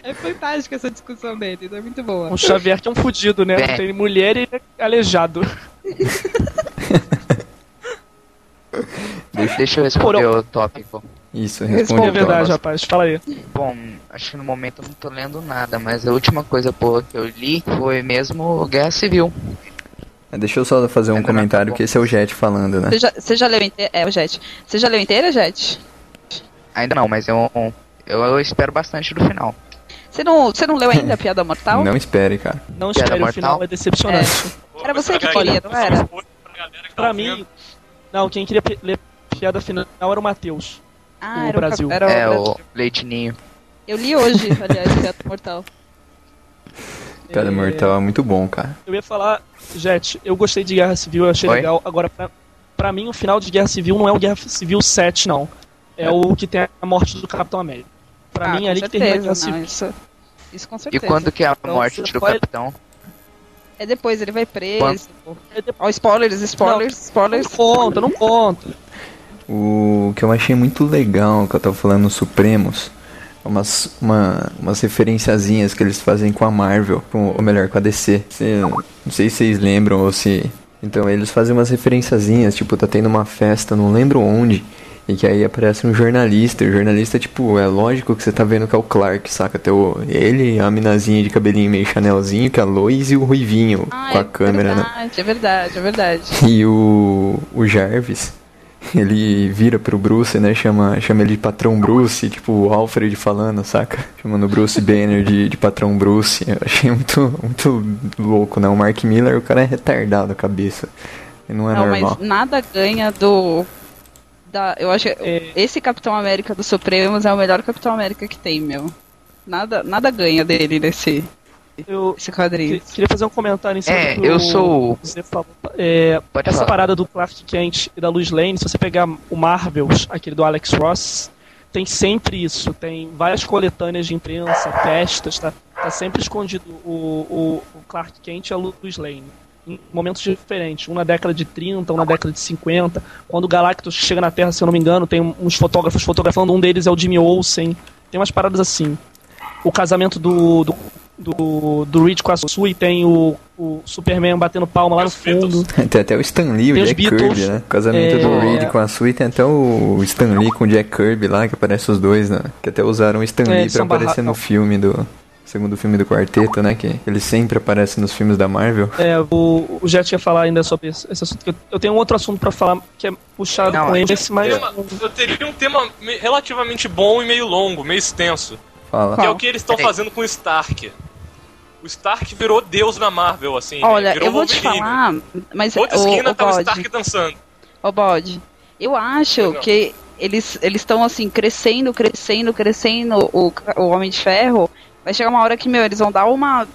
Speaker 1: É fantástica essa discussão dele, é muito boa.
Speaker 4: O Xavier que é um fudido, né?
Speaker 7: É.
Speaker 4: Tem mulher e ele é aleijado.
Speaker 7: Deixa
Speaker 4: Por
Speaker 7: eu responder
Speaker 4: um-
Speaker 7: o tópico.
Speaker 3: Isso,
Speaker 4: É
Speaker 3: respondeu.
Speaker 4: verdade, rapaz. Fala aí.
Speaker 7: Bom, acho que no momento eu não tô lendo nada, mas a última coisa boa que eu li foi mesmo Guerra Civil.
Speaker 3: Deixa eu só fazer um
Speaker 7: Ainda não
Speaker 3: comentário,
Speaker 7: acabou.
Speaker 3: que esse é o Jet falando, né?
Speaker 1: Você já, você já leu inteira? É, o Jet. Você já leu inteira, Jet?
Speaker 7: Ainda não, mas eu, eu, eu espero bastante do final.
Speaker 1: Você não, você não leu ainda a Piada Mortal?
Speaker 3: Não espere, cara.
Speaker 4: Não
Speaker 7: Piada
Speaker 4: espere o
Speaker 7: mortal.
Speaker 4: final, é decepcionante.
Speaker 2: Pô,
Speaker 1: Era
Speaker 2: mas
Speaker 1: você que
Speaker 2: galera-
Speaker 1: queria, não
Speaker 2: isso é um
Speaker 1: era?
Speaker 2: spoiler Pra, galera que tá
Speaker 4: Pra
Speaker 2: ouvindo.
Speaker 4: mim, não, quem queria pi- ler piada final era o Matheus.
Speaker 1: Ah,
Speaker 4: O
Speaker 1: era
Speaker 4: Brasil.
Speaker 1: Era o
Speaker 7: é,
Speaker 1: Brasil.
Speaker 7: o Leitinho.
Speaker 1: Eu li hoje, aliás, Piada Mortal.
Speaker 3: Piada
Speaker 4: É,
Speaker 3: Mortal é muito bom, cara.
Speaker 4: Eu ia falar, Jet, eu gostei de Guerra Civil, eu achei
Speaker 7: Oi?
Speaker 4: legal. Agora, pra, pra mim, o final de Guerra Civil não é o Guerra Civil 7, não. É o que tem a morte do Capitão América. Pra mim,
Speaker 1: Ah, com
Speaker 4: é ali que
Speaker 1: certeza,
Speaker 4: termina a Guerra Civil.
Speaker 1: não, isso, é isso com
Speaker 7: E
Speaker 1: certeza.
Speaker 7: quando que é a
Speaker 4: Então,
Speaker 7: morte
Speaker 4: você
Speaker 7: do
Speaker 4: pode-
Speaker 7: capitão?
Speaker 1: É depois, ele vai preso.
Speaker 4: É depois-
Speaker 1: Ó, spoilers, spoilers,
Speaker 4: Não
Speaker 1: spoilers.
Speaker 4: conta, não conta.
Speaker 3: O que eu achei muito legal, que eu tava falando no Supremos, é umas, uma, umas referenciazinhas que eles fazem com a Marvel, com, ou melhor, com a DC. Se- não sei se vocês lembram ou se. Então, eles fazem umas referenciazinhas, tipo, tá tendo uma festa, não lembro onde, e que aí aparece um jornalista, e o jornalista, tipo, é lógico que você tá vendo que é o Clark, saca? Até o, ele, a minazinha de cabelinho meio chanelzinho, que é a Lois e o Ruivinho,
Speaker 1: Ah,
Speaker 3: com a
Speaker 1: é
Speaker 3: câmera, né?
Speaker 1: verdade, É verdade, é verdade.
Speaker 3: E o, o Jarvis, ele vira pro Bruce, né? Chama, chama ele de patrão Bruce, tipo o Alfred falando, saca? Chamando o Bruce Banner de, de patrão Bruce. Eu achei muito, muito louco, né? O Mark Miller, o cara é retardado a cabeça. Ele não é
Speaker 1: Não,
Speaker 3: normal.
Speaker 1: mas nada ganha do. Da, eu acho que
Speaker 4: É.
Speaker 1: esse Capitão América do Supremos é o melhor Capitão América que tem, meu. Nada, nada ganha dele nesse,
Speaker 4: Eu
Speaker 1: nesse
Speaker 4: que-
Speaker 1: quadrinho.
Speaker 4: queria fazer um comentário em cima
Speaker 7: É,
Speaker 4: do que
Speaker 7: eu
Speaker 4: o
Speaker 7: sou o-
Speaker 4: Você falou. É,
Speaker 7: Pode
Speaker 4: essa
Speaker 7: falar.
Speaker 4: parada do Clark Kent e da Luz Lane, se você pegar o Marvels, aquele do Alex Ross, tem sempre isso. Tem várias coletâneas de imprensa, festas, tá, tá sempre escondido o, o, o Clark Kent e a Luz Lane. Em momentos diferentes, um na década de 30, um na década de 50. Quando o Galactus chega na Terra, se eu não me engano, tem uns fotógrafos fotografando, um deles é o Jimmy Olsen. Tem umas paradas assim. O casamento do, do, do, do Reed com a Sui tem o, o Superman batendo palma lá no
Speaker 2: Os Beatles.
Speaker 4: fundo.
Speaker 3: Tem até o Stan Lee,
Speaker 4: Tem
Speaker 3: o
Speaker 4: os
Speaker 3: Jack
Speaker 4: Beatles,
Speaker 3: Kirby, né? O casamento do
Speaker 4: é-
Speaker 3: Reed com a Sue, tem até o Stan Lee com o Jack Kirby lá, que aparece os dois, né? Que até usaram o Stan
Speaker 4: É,
Speaker 3: Lee
Speaker 4: eles
Speaker 3: pra
Speaker 4: são
Speaker 3: aparecer no
Speaker 4: barracão.
Speaker 3: filme do... Segundo filme do quarteto, né? Que ele sempre aparece nos filmes da Marvel.
Speaker 4: É, o, o Jet ia falar ainda sobre esse, esse assunto. que Eu, eu tenho um outro assunto pra falar que é puxado
Speaker 7: Não,
Speaker 4: com
Speaker 7: é-
Speaker 4: ele, esse, mas.
Speaker 2: Tema- Eu teria um tema me- relativamente bom e meio longo, meio extenso.
Speaker 3: Fala.
Speaker 2: Que é
Speaker 1: Qual?
Speaker 2: o que eles estão
Speaker 7: Peraí.
Speaker 2: fazendo com o Stark. O O Stark virou deus na Marvel, assim.
Speaker 1: Olha,
Speaker 2: virou
Speaker 1: eu vou te
Speaker 2: Wolverine.
Speaker 1: falar, mas
Speaker 2: Outra
Speaker 1: ô,
Speaker 2: esquina
Speaker 1: ô,
Speaker 2: tá o
Speaker 1: Bode,
Speaker 2: Stark dançando.
Speaker 1: ô, Bode, eu acho
Speaker 2: Legal.
Speaker 1: que eles eles estão assim crescendo, crescendo, crescendo o, ca- o Homem de Ferro. Vai chegar uma hora que meu, eles vão dar uma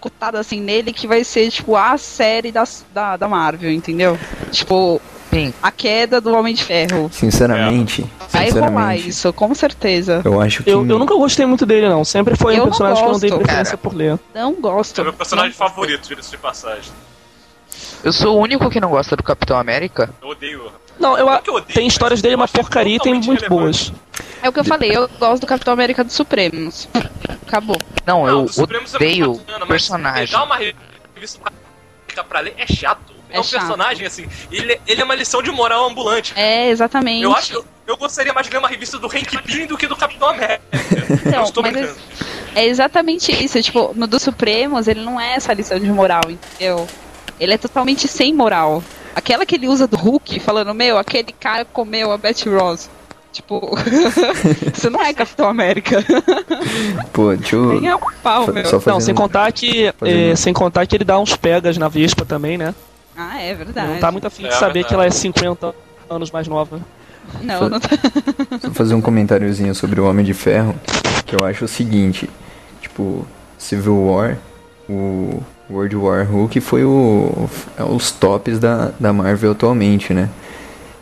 Speaker 1: cutada assim nele que vai ser tipo a série da da, da Marvel, entendeu? Tipo
Speaker 7: Sim.
Speaker 1: a queda do Homem de Ferro.
Speaker 3: Sinceramente,
Speaker 1: Vai rolar
Speaker 3: sinceramente,
Speaker 1: isso, com certeza.
Speaker 3: eu acho que
Speaker 4: Eu, eu nunca gostei muito dele, não. Sempre foi
Speaker 1: Eu
Speaker 4: um
Speaker 1: não
Speaker 4: personagem que eu não dei
Speaker 1: gosto,
Speaker 4: preferência por ler.
Speaker 1: Não
Speaker 2: Esse é
Speaker 1: gosto.
Speaker 2: meu personagem
Speaker 1: Não-
Speaker 2: favorito, diga-se de passagem.
Speaker 7: Eu sou o único que não gosta do Capitão América.
Speaker 2: Eu odeio.
Speaker 4: Não, eu,
Speaker 2: Não
Speaker 4: a-
Speaker 2: que eu odeio,
Speaker 4: tem
Speaker 2: mas
Speaker 4: histórias dele é
Speaker 2: eu
Speaker 4: uma
Speaker 2: acho ele
Speaker 4: porcaria e tem
Speaker 2: totalmente
Speaker 4: muito
Speaker 2: irrelevante.
Speaker 4: boas.
Speaker 1: É o que eu falei, eu gosto do Capitão América dos Supremos. Acabou.
Speaker 7: Não, eu
Speaker 2: do Supremos é muito
Speaker 7: odeio
Speaker 2: bacana,
Speaker 7: o
Speaker 2: mas
Speaker 7: personagem.
Speaker 2: Pegar uma revista pra- pra ler é chato. É,
Speaker 1: É
Speaker 2: um
Speaker 1: chato.
Speaker 2: personagem, assim, ele, ele é uma lição de moral ambulante.
Speaker 1: É, exatamente.
Speaker 2: Eu acho que eu, eu gostaria mais de ler uma revista do Hank Pym do que do Capitão América. eu
Speaker 1: Então,
Speaker 2: estou
Speaker 1: mas
Speaker 2: brincando.
Speaker 1: é exatamente isso. Tipo, no dos Supremos, ele não é essa lição de moral, entendeu? Ele é totalmente sem moral. Aquela que ele usa do Hulk, falando, meu, aquele cara comeu a Betty Ross. Tipo, isso não é Capitão América.
Speaker 3: pô, deixa eu...
Speaker 1: Nem é um pau,
Speaker 3: Só-
Speaker 1: meu.
Speaker 3: só
Speaker 4: não,
Speaker 3: fazendo-
Speaker 4: sem contar que.
Speaker 3: fazendo-
Speaker 4: eh, sem contar que ele dá uns pegas na Vespa também, né?
Speaker 1: Ah, é
Speaker 4: Ele
Speaker 1: verdade.
Speaker 4: Não tá muito afim de
Speaker 2: É,
Speaker 4: saber
Speaker 2: verdade.
Speaker 4: que ela é 50 anos mais nova.
Speaker 1: Não, não tá-
Speaker 3: Só fazer um comentáriozinho sobre o Homem de Ferro, que eu acho o seguinte, tipo, Civil War, o World War Hulk foi o, é os tops da, da Marvel atualmente, né?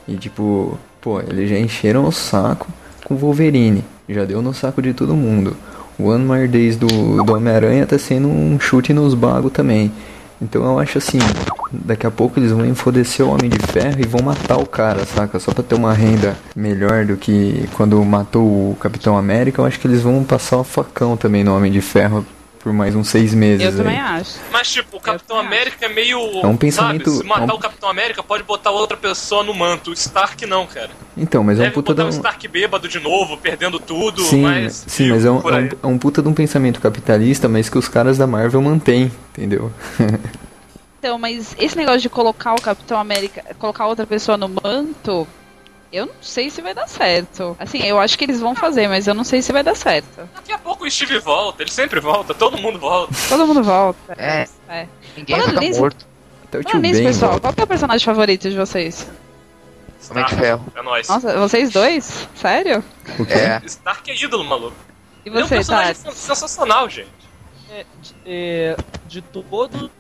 Speaker 3: E tipo, pô, eles já encheram o saco com Wolverine, já deu no saco de todo mundo. O One More Days do, do Homem-Aranha tá sendo um chute nos bagos também. Então eu acho assim, daqui a pouco eles vão enfodecer o Homem de Ferro e vão matar o cara, saca? Só pra ter uma renda melhor do que quando matou o Capitão América, eu acho que eles vão passar o facão também no Homem de Ferro por mais uns seis meses.
Speaker 1: Eu também
Speaker 3: aí.
Speaker 1: acho.
Speaker 2: Mas, tipo, o Capitão
Speaker 1: também acho.
Speaker 2: América é meio.
Speaker 3: É um pensamento-
Speaker 2: Sabe, se matar
Speaker 3: é um-
Speaker 2: o Capitão América, pode botar outra pessoa no manto. O Stark não, cara.
Speaker 3: Então, mas é um
Speaker 2: Deve
Speaker 3: puta
Speaker 2: botar
Speaker 3: de
Speaker 2: o
Speaker 3: um...
Speaker 2: Stark bêbado de novo, perdendo tudo.
Speaker 3: Sim,
Speaker 2: mas, tipo,
Speaker 3: sim, mas é um,
Speaker 2: por
Speaker 3: é
Speaker 2: aí.
Speaker 3: um- é um puta de um pensamento capitalista, mas que os caras da Marvel mantêm, entendeu?
Speaker 1: Então, mas esse negócio de colocar o Capitão América, colocar outra pessoa no manto, eu não sei se vai dar certo. Assim, eu acho que eles vão fazer, mas eu não sei se vai dar certo.
Speaker 2: Daqui a pouco o Steve volta, ele sempre volta, todo mundo volta.
Speaker 1: Todo mundo volta.
Speaker 7: É.
Speaker 1: É.
Speaker 7: Ninguém
Speaker 1: Falando
Speaker 7: fica
Speaker 1: nisso-
Speaker 7: morto.
Speaker 3: Até o tio
Speaker 1: Falando nisso,
Speaker 3: Ben
Speaker 1: pessoal,
Speaker 3: volta.
Speaker 1: qual que é o personagem favorito de vocês?
Speaker 7: Homem de Ferro.
Speaker 2: É nóis.
Speaker 1: Nossa, vocês dois? Sério?
Speaker 3: O quê?
Speaker 7: É.
Speaker 2: Stark é ídolo, maluco.
Speaker 1: E
Speaker 2: ele é um
Speaker 1: você,
Speaker 2: personagem
Speaker 1: Tati?
Speaker 2: sen- sensacional, gente.
Speaker 4: Eh, de todos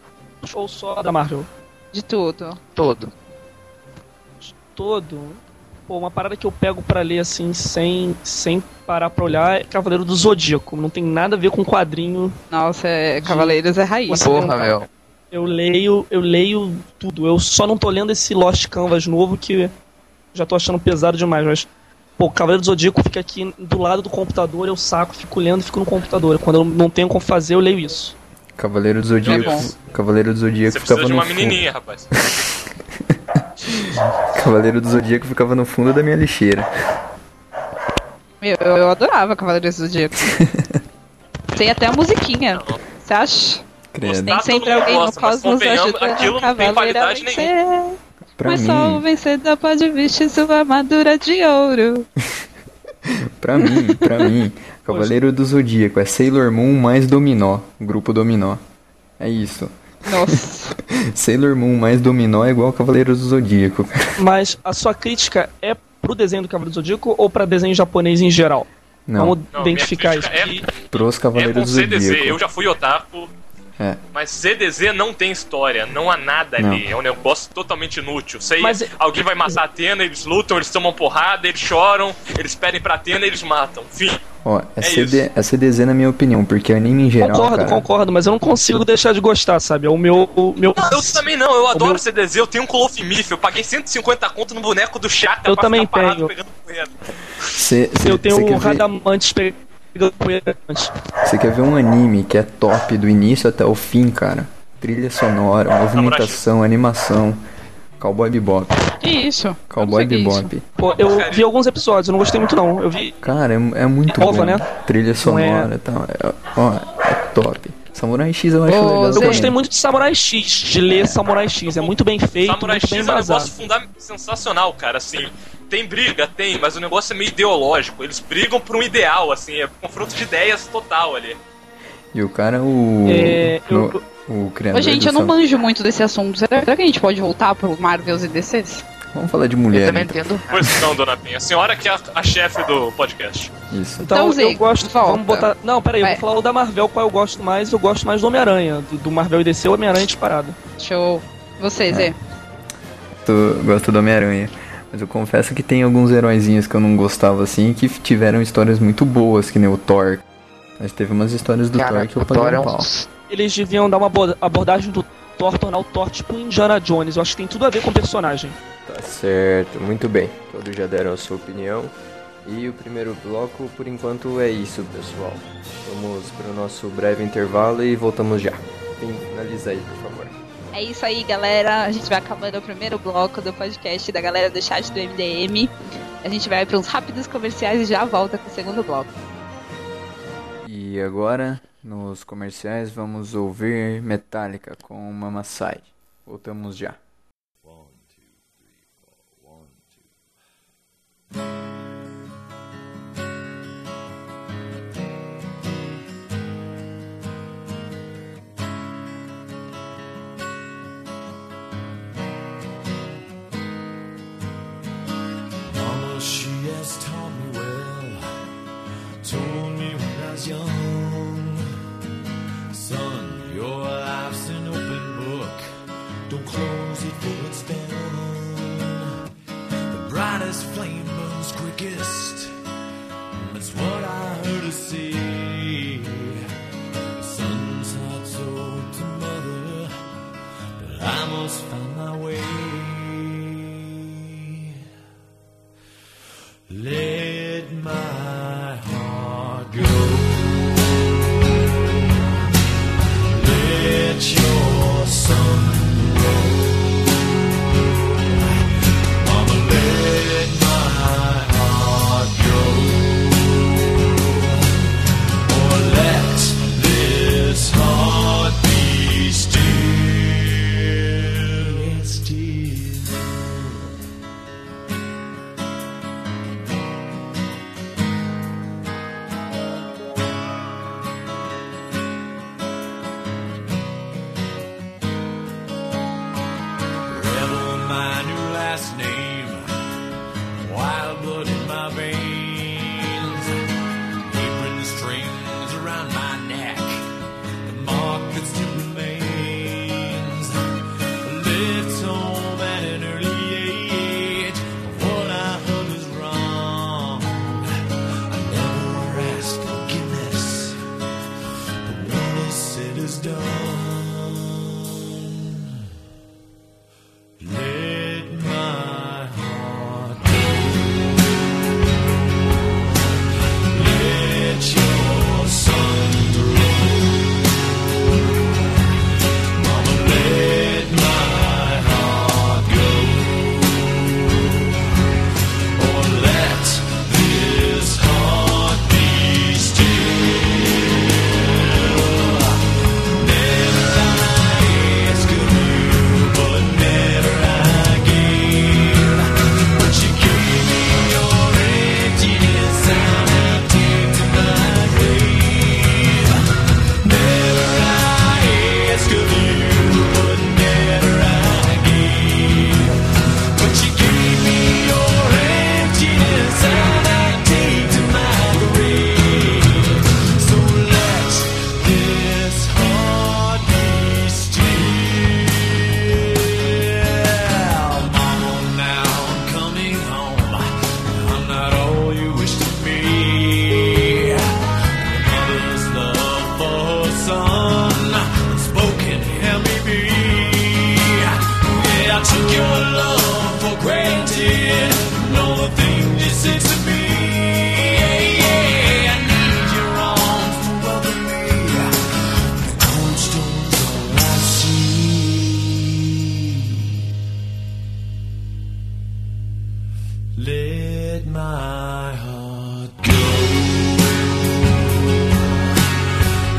Speaker 4: ou só da Marvel?
Speaker 1: De tudo.
Speaker 7: Todo.
Speaker 4: Todo. Pô, uma parada que eu pego pra ler assim, sem, sem parar pra olhar, é Cavaleiro do Zodíaco. Não tem nada a ver com quadrinho.
Speaker 1: Nossa, é, Cavaleiros é raiz.
Speaker 4: Você-
Speaker 7: Porra, meu.
Speaker 4: Eu leio, eu leio tudo. Eu só não tô lendo esse Lost Canvas novo que já tô achando pesado demais, mas. Pô, Cavaleiro do Zodíaco fica aqui do lado do computador, eu saco, fico lendo e fico no computador. Quando eu não tenho como fazer, eu leio isso.
Speaker 3: Cavaleiro do Zodíaco.
Speaker 1: É
Speaker 3: Cavaleiro do Zodíaco
Speaker 2: Você
Speaker 3: ficava
Speaker 2: precisa de
Speaker 3: no
Speaker 2: uma
Speaker 3: fundo.
Speaker 2: menininha, rapaz.
Speaker 3: Cavaleiro do Zodíaco ficava no fundo da minha lixeira.
Speaker 1: Meu, eu, eu adorava Cavaleiros do Zodíaco. tem até a musiquinha. Você acha?
Speaker 3: Credo.
Speaker 2: Gostava?
Speaker 1: Nem
Speaker 2: Ah,
Speaker 1: sempre
Speaker 2: todo mundo
Speaker 1: alguém no
Speaker 2: gosta, mas
Speaker 1: cosmos
Speaker 2: convenhamos,
Speaker 1: ajuda
Speaker 2: aquilo
Speaker 1: a
Speaker 2: não tem
Speaker 1: cavaleira a
Speaker 2: qualidade
Speaker 1: vencer.
Speaker 3: Pra
Speaker 1: Mas só o
Speaker 3: mim,
Speaker 1: vencedor pode vestir sua armadura de ouro.
Speaker 3: pra
Speaker 1: um-
Speaker 3: mim, pra mim, Cavaleiro do Zodíaco é Sailor Moon mais Dominó, grupo Dominó. É isso.
Speaker 1: Nossa.
Speaker 3: Sailor Moon mais Dominó é igual Cavaleiro do Zodíaco.
Speaker 4: Mas a sua crítica é pro desenho do Cavaleiro do Zodíaco ou pra desenho japonês em geral?
Speaker 3: Não,
Speaker 4: Vamos
Speaker 2: Não,
Speaker 4: identificar
Speaker 2: minha
Speaker 4: isso.
Speaker 2: crítica
Speaker 3: pros
Speaker 2: É
Speaker 3: Cavaleiros
Speaker 2: com
Speaker 3: do
Speaker 2: CDZ, eu
Speaker 3: Zodíaco.
Speaker 2: já fui otaku.
Speaker 3: É.
Speaker 2: Mas CDZ não tem história, não há nada
Speaker 3: Não.
Speaker 2: ali. É um negócio totalmente inútil. Sei,
Speaker 4: Mas-
Speaker 2: alguém vai matar a Atena, eles lutam, eles tomam porrada, eles choram, eles pedem pra Atena, eles matam. Fim.
Speaker 3: Ó, é,
Speaker 2: É
Speaker 3: CD, é CDZ na minha opinião, porque é anime em geral,
Speaker 4: Concordo,
Speaker 3: cara,
Speaker 4: concordo, mas eu não consigo deixar de gostar, sabe? É o meu. O meu...
Speaker 2: Não, eu também não, eu adoro
Speaker 4: meu-
Speaker 2: CDZ, eu tenho um Colofimif, eu paguei 150 conto no boneco do Chaka
Speaker 4: Eu também
Speaker 2: ficar parado
Speaker 4: tenho.
Speaker 2: pegando poeira.
Speaker 3: cê- cê-
Speaker 4: Eu tenho um
Speaker 3: cê
Speaker 4: o
Speaker 3: quer ver-
Speaker 4: Radamantes pegando poeira antes.
Speaker 3: Você quer ver um anime que é top do início até o fim, cara? Trilha sonora, movimentação, animação. Cowboy Bebop.
Speaker 1: Que isso?
Speaker 3: Cowboy
Speaker 1: Eu não sei que
Speaker 3: Bebop.
Speaker 4: Pô, eu vi alguns episódios, eu não gostei muito não. Eu vi.
Speaker 3: Cara, é, é muito
Speaker 4: É nova,
Speaker 3: bom.
Speaker 4: né?
Speaker 3: Trilha sonora e tal. É, ó, é top. Samurai X eu acho
Speaker 1: Ô,
Speaker 3: legal.
Speaker 1: Zé.
Speaker 4: Eu
Speaker 3: também.
Speaker 4: gostei muito de Samurai X, de ler Samurai X. É muito bem feito,
Speaker 2: Samurai
Speaker 4: muito
Speaker 2: X
Speaker 4: bem
Speaker 2: é um
Speaker 4: embasado.
Speaker 2: negócio funda- sensacional, cara, assim. Tem briga, tem, mas o negócio é meio ideológico. Eles brigam por um ideal, assim, é confronto de ideias total ali.
Speaker 3: E o cara, o.
Speaker 4: É, eu-
Speaker 3: no- O criador.
Speaker 1: Ô, gente,
Speaker 3: do
Speaker 1: eu não
Speaker 3: South-
Speaker 1: manjo muito desse assunto. Será, será que a gente pode voltar pro Marvels e DCs?
Speaker 3: Vamos falar de
Speaker 7: Eu
Speaker 3: mulher.
Speaker 7: também
Speaker 3: então.
Speaker 7: entendo. nada.
Speaker 2: Pois não, dona Penha. A senhora que é a, a chefe do podcast.
Speaker 3: Isso.
Speaker 4: Então,
Speaker 1: Então, Zico,
Speaker 4: eu gosto.
Speaker 1: volta.
Speaker 4: Vamos botar. Não, peraí, eu
Speaker 1: Vai.
Speaker 4: vou falar o da Marvel, qual eu gosto mais. Eu gosto mais do Homem-Aranha. Do, do Marvel e DC, o Homem-Aranha é disparado.
Speaker 1: Show. Você, Zé.
Speaker 3: Tô- gosto do Homem-Aranha. Mas eu confesso que tem alguns heróizinhos que eu não gostava assim que tiveram histórias muito boas, que nem o Thor. Mas teve umas histórias do
Speaker 7: Cara,
Speaker 3: Thor que eu
Speaker 7: o Thor
Speaker 3: paguei
Speaker 7: é
Speaker 3: um
Speaker 7: um.
Speaker 3: pau.
Speaker 4: Eles deviam dar uma abo- abordagem do Thor, tornar o Thor tipo um Indiana Jones. Eu acho que tem tudo a ver com o personagem.
Speaker 8: Tá certo, muito bem. Todos já deram a sua opinião. E o primeiro bloco, por enquanto, é isso, pessoal. Vamos para o nosso breve intervalo e voltamos já. Finaliza aí, por favor.
Speaker 1: É isso aí, galera. A gente vai acabando o primeiro bloco do podcast da galera do chat do MDM. A gente vai para uns rápidos comerciais e já volta com o segundo bloco.
Speaker 3: E agora, nos comerciais, vamos ouvir Metallica com Mamassai. Voltamos já.
Speaker 9: All she has taught me well, told me when I was young. Son, your life's an open book, don't close it for it's down. The brightest flame burns quickest, that's what I heard her say. Son's heart sold to mother, but I must find my way. Let my heart go. Let your sun go. Mama, let my heart go. Or let this heart be still. It's still. Rebel, my new last name. Wild blood in my veins. Apron strings around my neck. The mark that still remains. Left home at an early age. What I heard was wrong. I never asked forgiveness. But what is said is done. Let my heart go. Let your sun grow. Mama, let my heart go. Or let this heart be still. Never I ask of you, but never I gave. But you gave me your emptiness, I'm empty to my grave. Never I ask of you, but never I gave. But you gave me your emptiness, I'm empty to my grave. So let this heart be still. Mama, now I'm coming home. I'm not all you wish to be. Mother's love for her son, unspoken, help me be. Yeah, I took your love for granted. and all the things you said to me. Yeah, I need your arms to welcome me. The cold stones all I see. Let my heart go.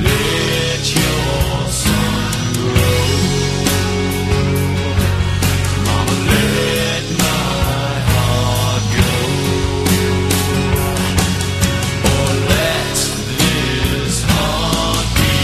Speaker 9: Let your sun grow. Mama, let my heart go. Oh, Or let this heart be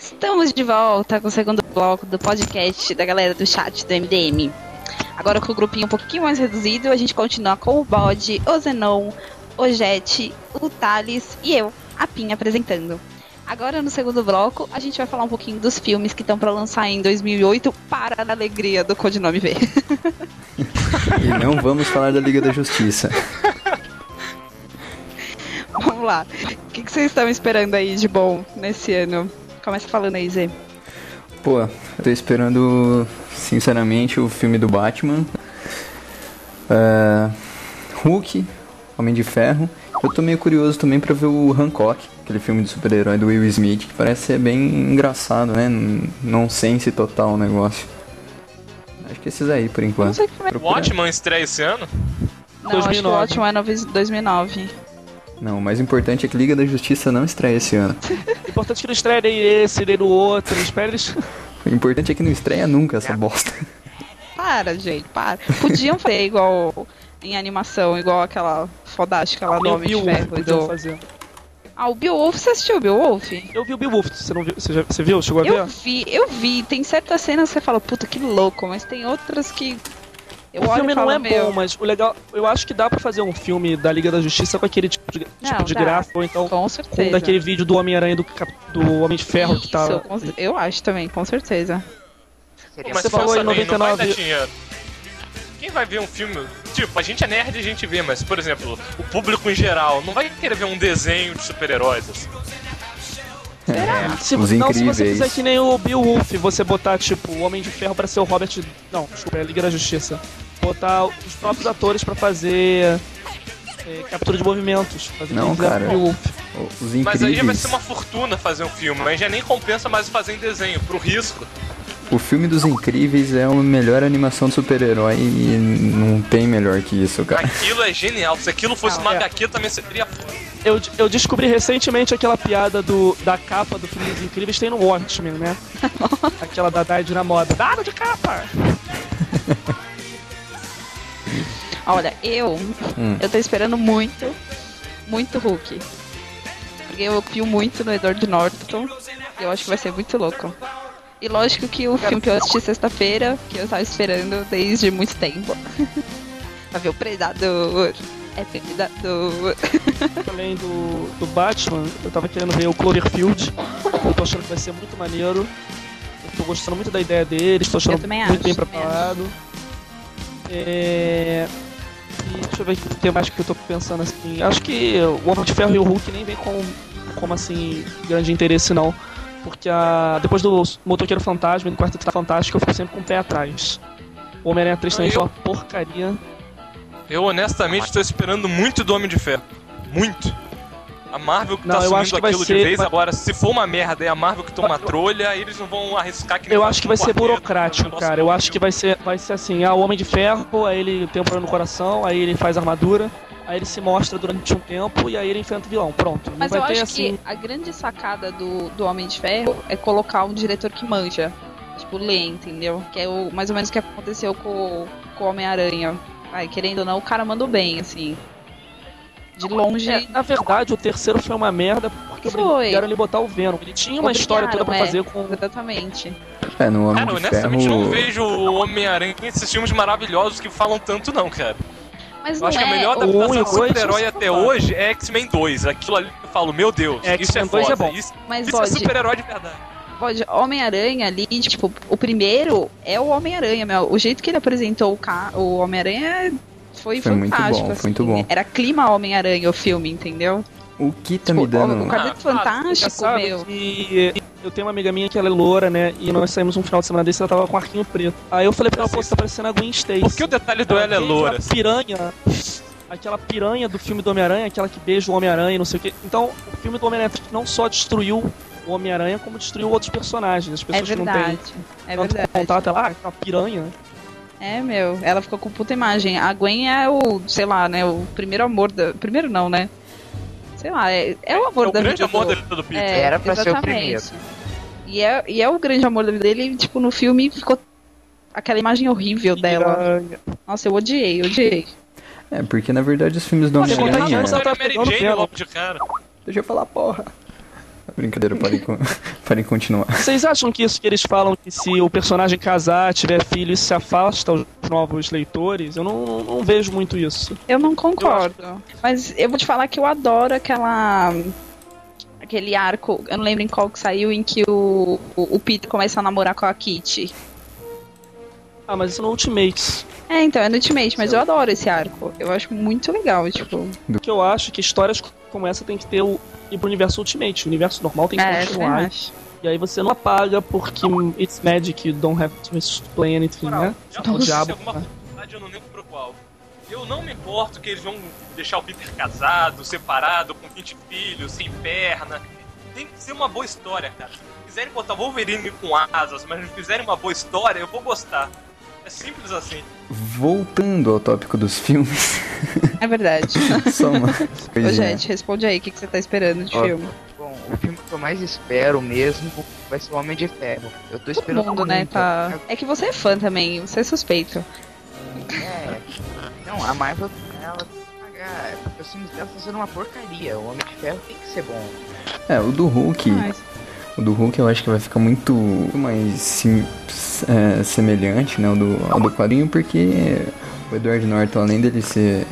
Speaker 1: Estamos de volta com o segundo bloco do podcast da galera do chat do MDM. Agora com o grupinho um pouquinho mais reduzido, a gente continua com o Bode, o Zenon, o Jet, o Thales e eu, a Pinha, apresentando. Agora no segundo bloco, a gente vai falar um pouquinho dos filmes que estão pra lançar em 2008 para a alegria do Codinome V.
Speaker 3: E não vamos falar da Liga da Justiça.
Speaker 1: Vamos lá. O que, que vocês estão esperando aí de bom nesse ano? Começa falando aí, Zé.
Speaker 3: Pô, eu tô esperando, sinceramente, o filme do Batman. Ah, Hulk, Homem de Ferro. Eu tô meio curioso também pra ver o Hancock, aquele filme de super-herói do Will Smith, que parece ser bem engraçado, né? N- Nonsense total o negócio. Acho que esses aí, por
Speaker 1: Não
Speaker 3: enquanto.
Speaker 1: sei como é.
Speaker 2: O Watchman estreia esse ano?
Speaker 1: Não, acho que o
Speaker 4: 2009.
Speaker 1: ótimo é novi- 2009.
Speaker 3: Não, o mais importante é que Liga da Justiça não estreia esse ano.
Speaker 4: O importante é que não estreiem esse, nem no outro, não espere eles.
Speaker 3: O importante é que não estreia nunca essa bosta.
Speaker 1: Para, gente, para. Podiam fazer igual em animação, igual aquela fodástica lá do Homem de Ferro. e
Speaker 4: podiam
Speaker 1: Do...
Speaker 4: fazer.
Speaker 1: Ah, o Beowulf, você assistiu o Beowulf?
Speaker 4: Eu vi o Beowulf, você não viu? Você, já, você viu? Chegou a
Speaker 1: Eu
Speaker 4: ver?
Speaker 1: vi, eu vi. Tem certas cenas que você fala, puta, que louco, mas tem outras que. Eu
Speaker 4: o
Speaker 1: olho
Speaker 4: filme
Speaker 1: e falo,
Speaker 4: não é
Speaker 1: meu,
Speaker 4: bom, mas o legal, eu acho que dá pra fazer um filme da Liga da Justiça com aquele tipo de, tipo de
Speaker 1: dá.
Speaker 4: gráfico, ou então
Speaker 1: Com
Speaker 4: com
Speaker 1: certeza.
Speaker 4: daquele vídeo do Homem-Aranha e do, Cap- do Homem de Ferro que tá.
Speaker 1: Isso, com cer- eu acho também, com certeza.
Speaker 7: Seria
Speaker 2: mas
Speaker 4: você falou
Speaker 2: pensa
Speaker 4: em
Speaker 2: bem, Não vai
Speaker 4: 99.
Speaker 2: dar dinheiro. Quem vai ver um filme? Tipo, a gente é nerd e a gente vê, mas, por exemplo, o público em geral não vai querer ver um desenho de super-heróis. Assim.
Speaker 4: Se,
Speaker 3: Os
Speaker 4: não, se você
Speaker 3: Incríveis.
Speaker 4: fizer que nem o Beowulf, você botar, tipo, o Homem de Ferro pra ser o Robert. Não, desculpa, é a Liga da Justiça. Botar os próprios atores pra fazer. é, captura de movimentos. Fazer
Speaker 3: Não,
Speaker 4: aquele
Speaker 3: cara.
Speaker 4: Beowulf.
Speaker 2: Mas
Speaker 3: Os
Speaker 2: aí já vai
Speaker 3: incríveis.
Speaker 2: ser uma fortuna fazer um filme, aí já nem compensa mais fazer em desenho, pro risco.
Speaker 3: O filme dos incríveis é a melhor animação de super-herói e não tem melhor que isso, cara.
Speaker 2: Aquilo é genial. Se aquilo fosse
Speaker 4: Ah,
Speaker 2: uma
Speaker 4: é.
Speaker 2: HQ, também seria
Speaker 4: Eu, eu descobri recentemente aquela piada do, da capa do filme dos Incríveis tem no Watchmen, né? aquela da Dade na moda. Dado de capa!
Speaker 1: Olha, eu.
Speaker 3: Hum.
Speaker 1: Eu tô esperando muito, muito Hulk. Porque eu pio muito no Edward Norton. E eu acho que vai ser muito louco. E lógico que o filme que eu assisti sexta-feira, que eu tava esperando desde muito tempo. pra ver o Predador. É Predador.
Speaker 4: Além do, do Batman, eu tava querendo ver o Cloverfield. Eu tô achando que vai ser muito maneiro. Eu tô gostando muito da ideia deles, tô
Speaker 1: Eu
Speaker 4: achando
Speaker 1: também
Speaker 4: muito
Speaker 1: acho, também
Speaker 4: bem preparado. É... E deixa eu ver o que tem mais que eu tô pensando assim. Acho que o Homem de Ferro e o Hulk nem vem com como assim grande interesse não. Porque a... depois do Motoqueiro Fantasma e do Quarteto Fantástico eu fico sempre com o pé atrás. O Homem-Aranha 3 também
Speaker 2: Eu-
Speaker 4: foi uma porcaria.
Speaker 2: Eu honestamente tô esperando muito do Homem de Ferro. Muito. A Marvel que
Speaker 4: Não,
Speaker 2: tá
Speaker 4: eu acho
Speaker 2: assumindo
Speaker 4: que vai
Speaker 2: aquilo de
Speaker 4: ser-
Speaker 2: vez,
Speaker 4: vai-
Speaker 2: agora se for uma merda e a Marvel que toma a trolha, aí eles não vão arriscar que nem
Speaker 4: Eu
Speaker 2: faz
Speaker 4: acho
Speaker 2: com
Speaker 4: que vai
Speaker 2: o
Speaker 4: ser
Speaker 2: Quarteto,
Speaker 4: burocrático,
Speaker 2: um negócio
Speaker 4: cara. Eu acho que vai ser, vai ser assim, ah, o Homem de Ferro, aí ele tem um problema no coração, aí ele faz armadura, aí ele se mostra durante um tempo e aí ele enfrenta o vilão. Pronto. Não
Speaker 1: Mas
Speaker 4: vai
Speaker 1: eu
Speaker 4: ter
Speaker 1: acho
Speaker 4: assim.
Speaker 1: que a grande sacada do, do Homem de Ferro é colocar um diretor que manja. Tipo, lê, entendeu? Que é o, mais ou menos o que aconteceu com, o- com o Homem-Aranha. Ai, querendo ou não, o cara mandou bem, assim. De longe.
Speaker 4: É, na verdade, o terceiro foi uma merda porque
Speaker 1: Foi. é.
Speaker 4: obrigaram ele botar o Venom. Ele tinha uma história toda pra
Speaker 1: Obrigaram,
Speaker 4: fazer com.
Speaker 1: Exatamente.
Speaker 3: É, no Homem
Speaker 2: Cara,
Speaker 3: de
Speaker 2: honestamente, eu não
Speaker 3: Ferro.
Speaker 2: vejo o Homem-Aranha com esses filmes maravilhosos que falam tanto, não, cara.
Speaker 1: Mas
Speaker 2: Eu
Speaker 1: não
Speaker 2: acho que a
Speaker 1: é
Speaker 2: melhor
Speaker 1: o-
Speaker 4: da-
Speaker 2: adaptação
Speaker 4: um e
Speaker 2: de
Speaker 4: dois,
Speaker 2: super-herói
Speaker 4: isso
Speaker 2: até
Speaker 4: eu falo.
Speaker 2: hoje é X-Men 2. Aquilo ali eu falo, meu Deus,
Speaker 4: É,
Speaker 2: isso é
Speaker 4: X-Men 2
Speaker 2: foda.
Speaker 4: é bom.
Speaker 2: Isso,
Speaker 1: Mas,
Speaker 2: isso é
Speaker 1: Bode,
Speaker 2: super-herói de verdade.
Speaker 1: Bode, Homem-Aranha ali, tipo, o primeiro é o Homem-Aranha, meu. O jeito que ele apresentou o, ca... o Homem-Aranha foi,
Speaker 3: Foi muito
Speaker 1: fantástico.
Speaker 3: bom,
Speaker 1: assim.
Speaker 3: muito bom.
Speaker 1: Era clima Homem-Aranha o filme, entendeu?
Speaker 3: O que tá
Speaker 1: Tipo,
Speaker 3: me dando.
Speaker 7: um
Speaker 1: O Cadeto
Speaker 2: Ah,
Speaker 4: Já
Speaker 1: Fantástico,
Speaker 4: sabe
Speaker 1: meu.
Speaker 4: que eu tenho uma amiga minha que ela é loura, né? E nós saímos um final de semana desse ela tava com arquinho preto. Aí eu falei pra ela, pô, você tá parecendo a Gwen Stacy.
Speaker 2: Por que o detalhe do ela é
Speaker 4: Aquela
Speaker 2: loura?
Speaker 4: piranha. Aquela piranha do filme do Homem-Aranha, aquela que beija o Homem-Aranha e não sei o quê. Então, o filme do Homem-Aranha não só destruiu o Homem-Aranha, como destruiu outros personagens. As
Speaker 1: É
Speaker 4: pessoas que não
Speaker 1: verdade. É
Speaker 4: têm tanto
Speaker 1: verdade.
Speaker 4: contato, ela, ah, aquela piranha.
Speaker 1: É, meu. Ela ficou com puta imagem. A Gwen é o, sei lá, né? O primeiro amor da. Primeiro não, né? Sei lá, é, é o amor
Speaker 2: É o
Speaker 1: da vida
Speaker 2: grande amor
Speaker 1: do...
Speaker 2: da vida do Peter.
Speaker 1: É,
Speaker 7: Era pra ser o
Speaker 1: exatamente. E é, e é o grande amor da vida dele, e, tipo, no filme ficou aquela imagem horrível dela.
Speaker 4: Piranha.
Speaker 1: Nossa, eu odiei, odiei.
Speaker 3: É, porque na verdade os filmes do
Speaker 4: Olha,
Speaker 3: Homem-Aranha.
Speaker 4: contar que
Speaker 2: Ela
Speaker 4: ela
Speaker 2: era
Speaker 4: tá
Speaker 2: Mary
Speaker 4: pegando
Speaker 2: Jane
Speaker 4: vela.
Speaker 2: logo de cara.
Speaker 3: Deixa eu falar, porra. Brincadeira, parem, con- parem continuar.
Speaker 4: Vocês acham que isso que eles falam, que se o personagem casar, tiver filho, isso se afasta os novos leitores? Eu não, não vejo muito isso.
Speaker 1: Eu não concordo. Mas eu vou te falar que eu adoro aquela. Aquele arco, eu não lembro em qual que saiu, em que o, o, o Peter começa a namorar com a Kitty.
Speaker 4: Ah, mas isso no Ultimates.
Speaker 1: É, então, é no Ultimate, mas eu adoro esse arco. Eu acho muito legal, tipo.
Speaker 4: O que eu acho que histórias como essa tem que ter o. ir pro universo Ultimate. O universo normal tem que
Speaker 1: É, eu também
Speaker 4: continuar.
Speaker 1: acho.
Speaker 4: E aí você não apaga porque it's magic, you don't have to explain anything, né?
Speaker 2: Já
Speaker 4: O
Speaker 2: aconteceu
Speaker 4: diabo.
Speaker 1: Ah.
Speaker 2: alguma faculdade, eu não lembro qual. Eu não me importo que eles vão deixar o Peter casado, separado, com 20 filhos, sem perna. Tem que ser uma boa história, cara. Se quiserem botar Wolverine com asas, mas não fizerem uma boa história, eu vou gostar. É simples assim.
Speaker 3: Voltando ao tópico dos filmes,
Speaker 1: É verdade.
Speaker 3: só uma
Speaker 1: Ô,
Speaker 3: coisinha.
Speaker 1: gente, responde aí o que, que você tá esperando de
Speaker 7: é. Ó,
Speaker 1: filme.
Speaker 7: Bom, o filme que eu mais espero mesmo vai ser o Homem de Ferro. Eu tô
Speaker 1: Todo
Speaker 7: esperando
Speaker 1: mundo, né?
Speaker 7: muito.
Speaker 1: Tá... É que você é fã também, você é suspeito.
Speaker 7: É. Não, a Marvel, ela tem que pagar. É porque os filmes dela estão sendo uma porcaria. O Homem de Ferro tem que ser bom.
Speaker 3: É, o do Hulk.
Speaker 1: Mas-
Speaker 3: O do Hulk eu acho que vai ficar muito mais sim- é, semelhante né, ao, do, ao do quadrinho, porque o Edward Norton, além dele ser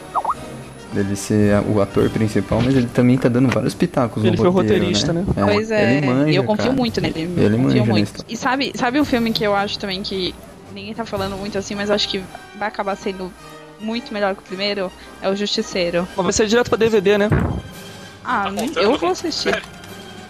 Speaker 3: dele ser a- o ator principal, mas ele também tá dando vários pitacos
Speaker 4: Ele
Speaker 3: no
Speaker 4: foi o
Speaker 3: roteiro,
Speaker 4: roteirista, né?
Speaker 1: Pois é,
Speaker 3: um ele manja,
Speaker 1: e eu confio
Speaker 3: cara.
Speaker 1: muito nele.
Speaker 3: Ele
Speaker 1: confio
Speaker 3: manja
Speaker 1: muito.
Speaker 3: nisso.
Speaker 1: E sabe, sabe um filme que eu acho também que ninguém tá falando muito assim, mas eu acho que vai acabar sendo muito melhor que o primeiro? É o Justiceiro.
Speaker 4: Mas vai ser direto pra DVD, né?
Speaker 1: Ah,
Speaker 2: Tá
Speaker 1: nem-
Speaker 2: contando?
Speaker 1: eu vou assistir.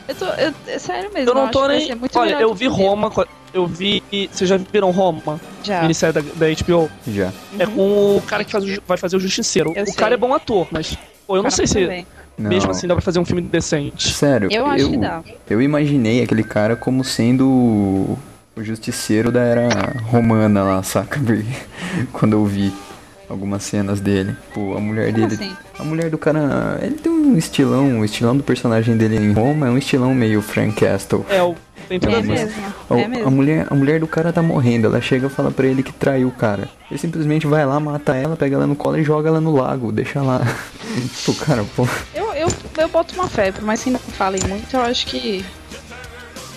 Speaker 1: Eu tô. eu- é sério mesmo,
Speaker 4: Eu não tô
Speaker 1: acho que vai
Speaker 4: nem.
Speaker 1: ser muito
Speaker 4: Olha,
Speaker 1: melhor
Speaker 4: eu
Speaker 1: que o
Speaker 4: vi
Speaker 1: primeiro.
Speaker 4: Roma. co- Eu vi. Vocês já viram Roma?
Speaker 1: Já. Uhum.
Speaker 4: Minissérie da, da HBO?
Speaker 3: Já.
Speaker 4: É com o cara que faz o ju- vai fazer o Justiceiro.
Speaker 1: Eu
Speaker 4: o
Speaker 1: sei.
Speaker 4: cara é bom ator, mas. Pô, eu não sei se
Speaker 1: Também.
Speaker 3: Não,
Speaker 4: mesmo assim dá pra fazer um filme decente.
Speaker 3: Sério,
Speaker 1: Eu acho que dá.
Speaker 3: eu imaginei aquele cara como sendo o- o justiceiro da era romana lá, saca? Porque Quando eu vi algumas cenas dele. Pô, a mulher
Speaker 1: Como
Speaker 3: dele.
Speaker 1: assim?
Speaker 3: A mulher do cara. Ele tem um estilão. O estilão do personagem dele em Roma é um estilão meio Frank Castle.
Speaker 4: É, o- tem tudo
Speaker 1: É
Speaker 4: a ver.
Speaker 1: mesmo.
Speaker 3: A,
Speaker 1: É
Speaker 3: a
Speaker 1: mesmo.
Speaker 3: mulher, a mulher do cara tá morrendo. Ela chega e fala pra ele que traiu o cara. Ele simplesmente vai lá, mata ela, pega ela no colo e joga ela no lago. Deixa lá. tipo, cara, pô.
Speaker 1: Eu, eu, eu boto uma fé, por mais que não falem muito, eu acho que.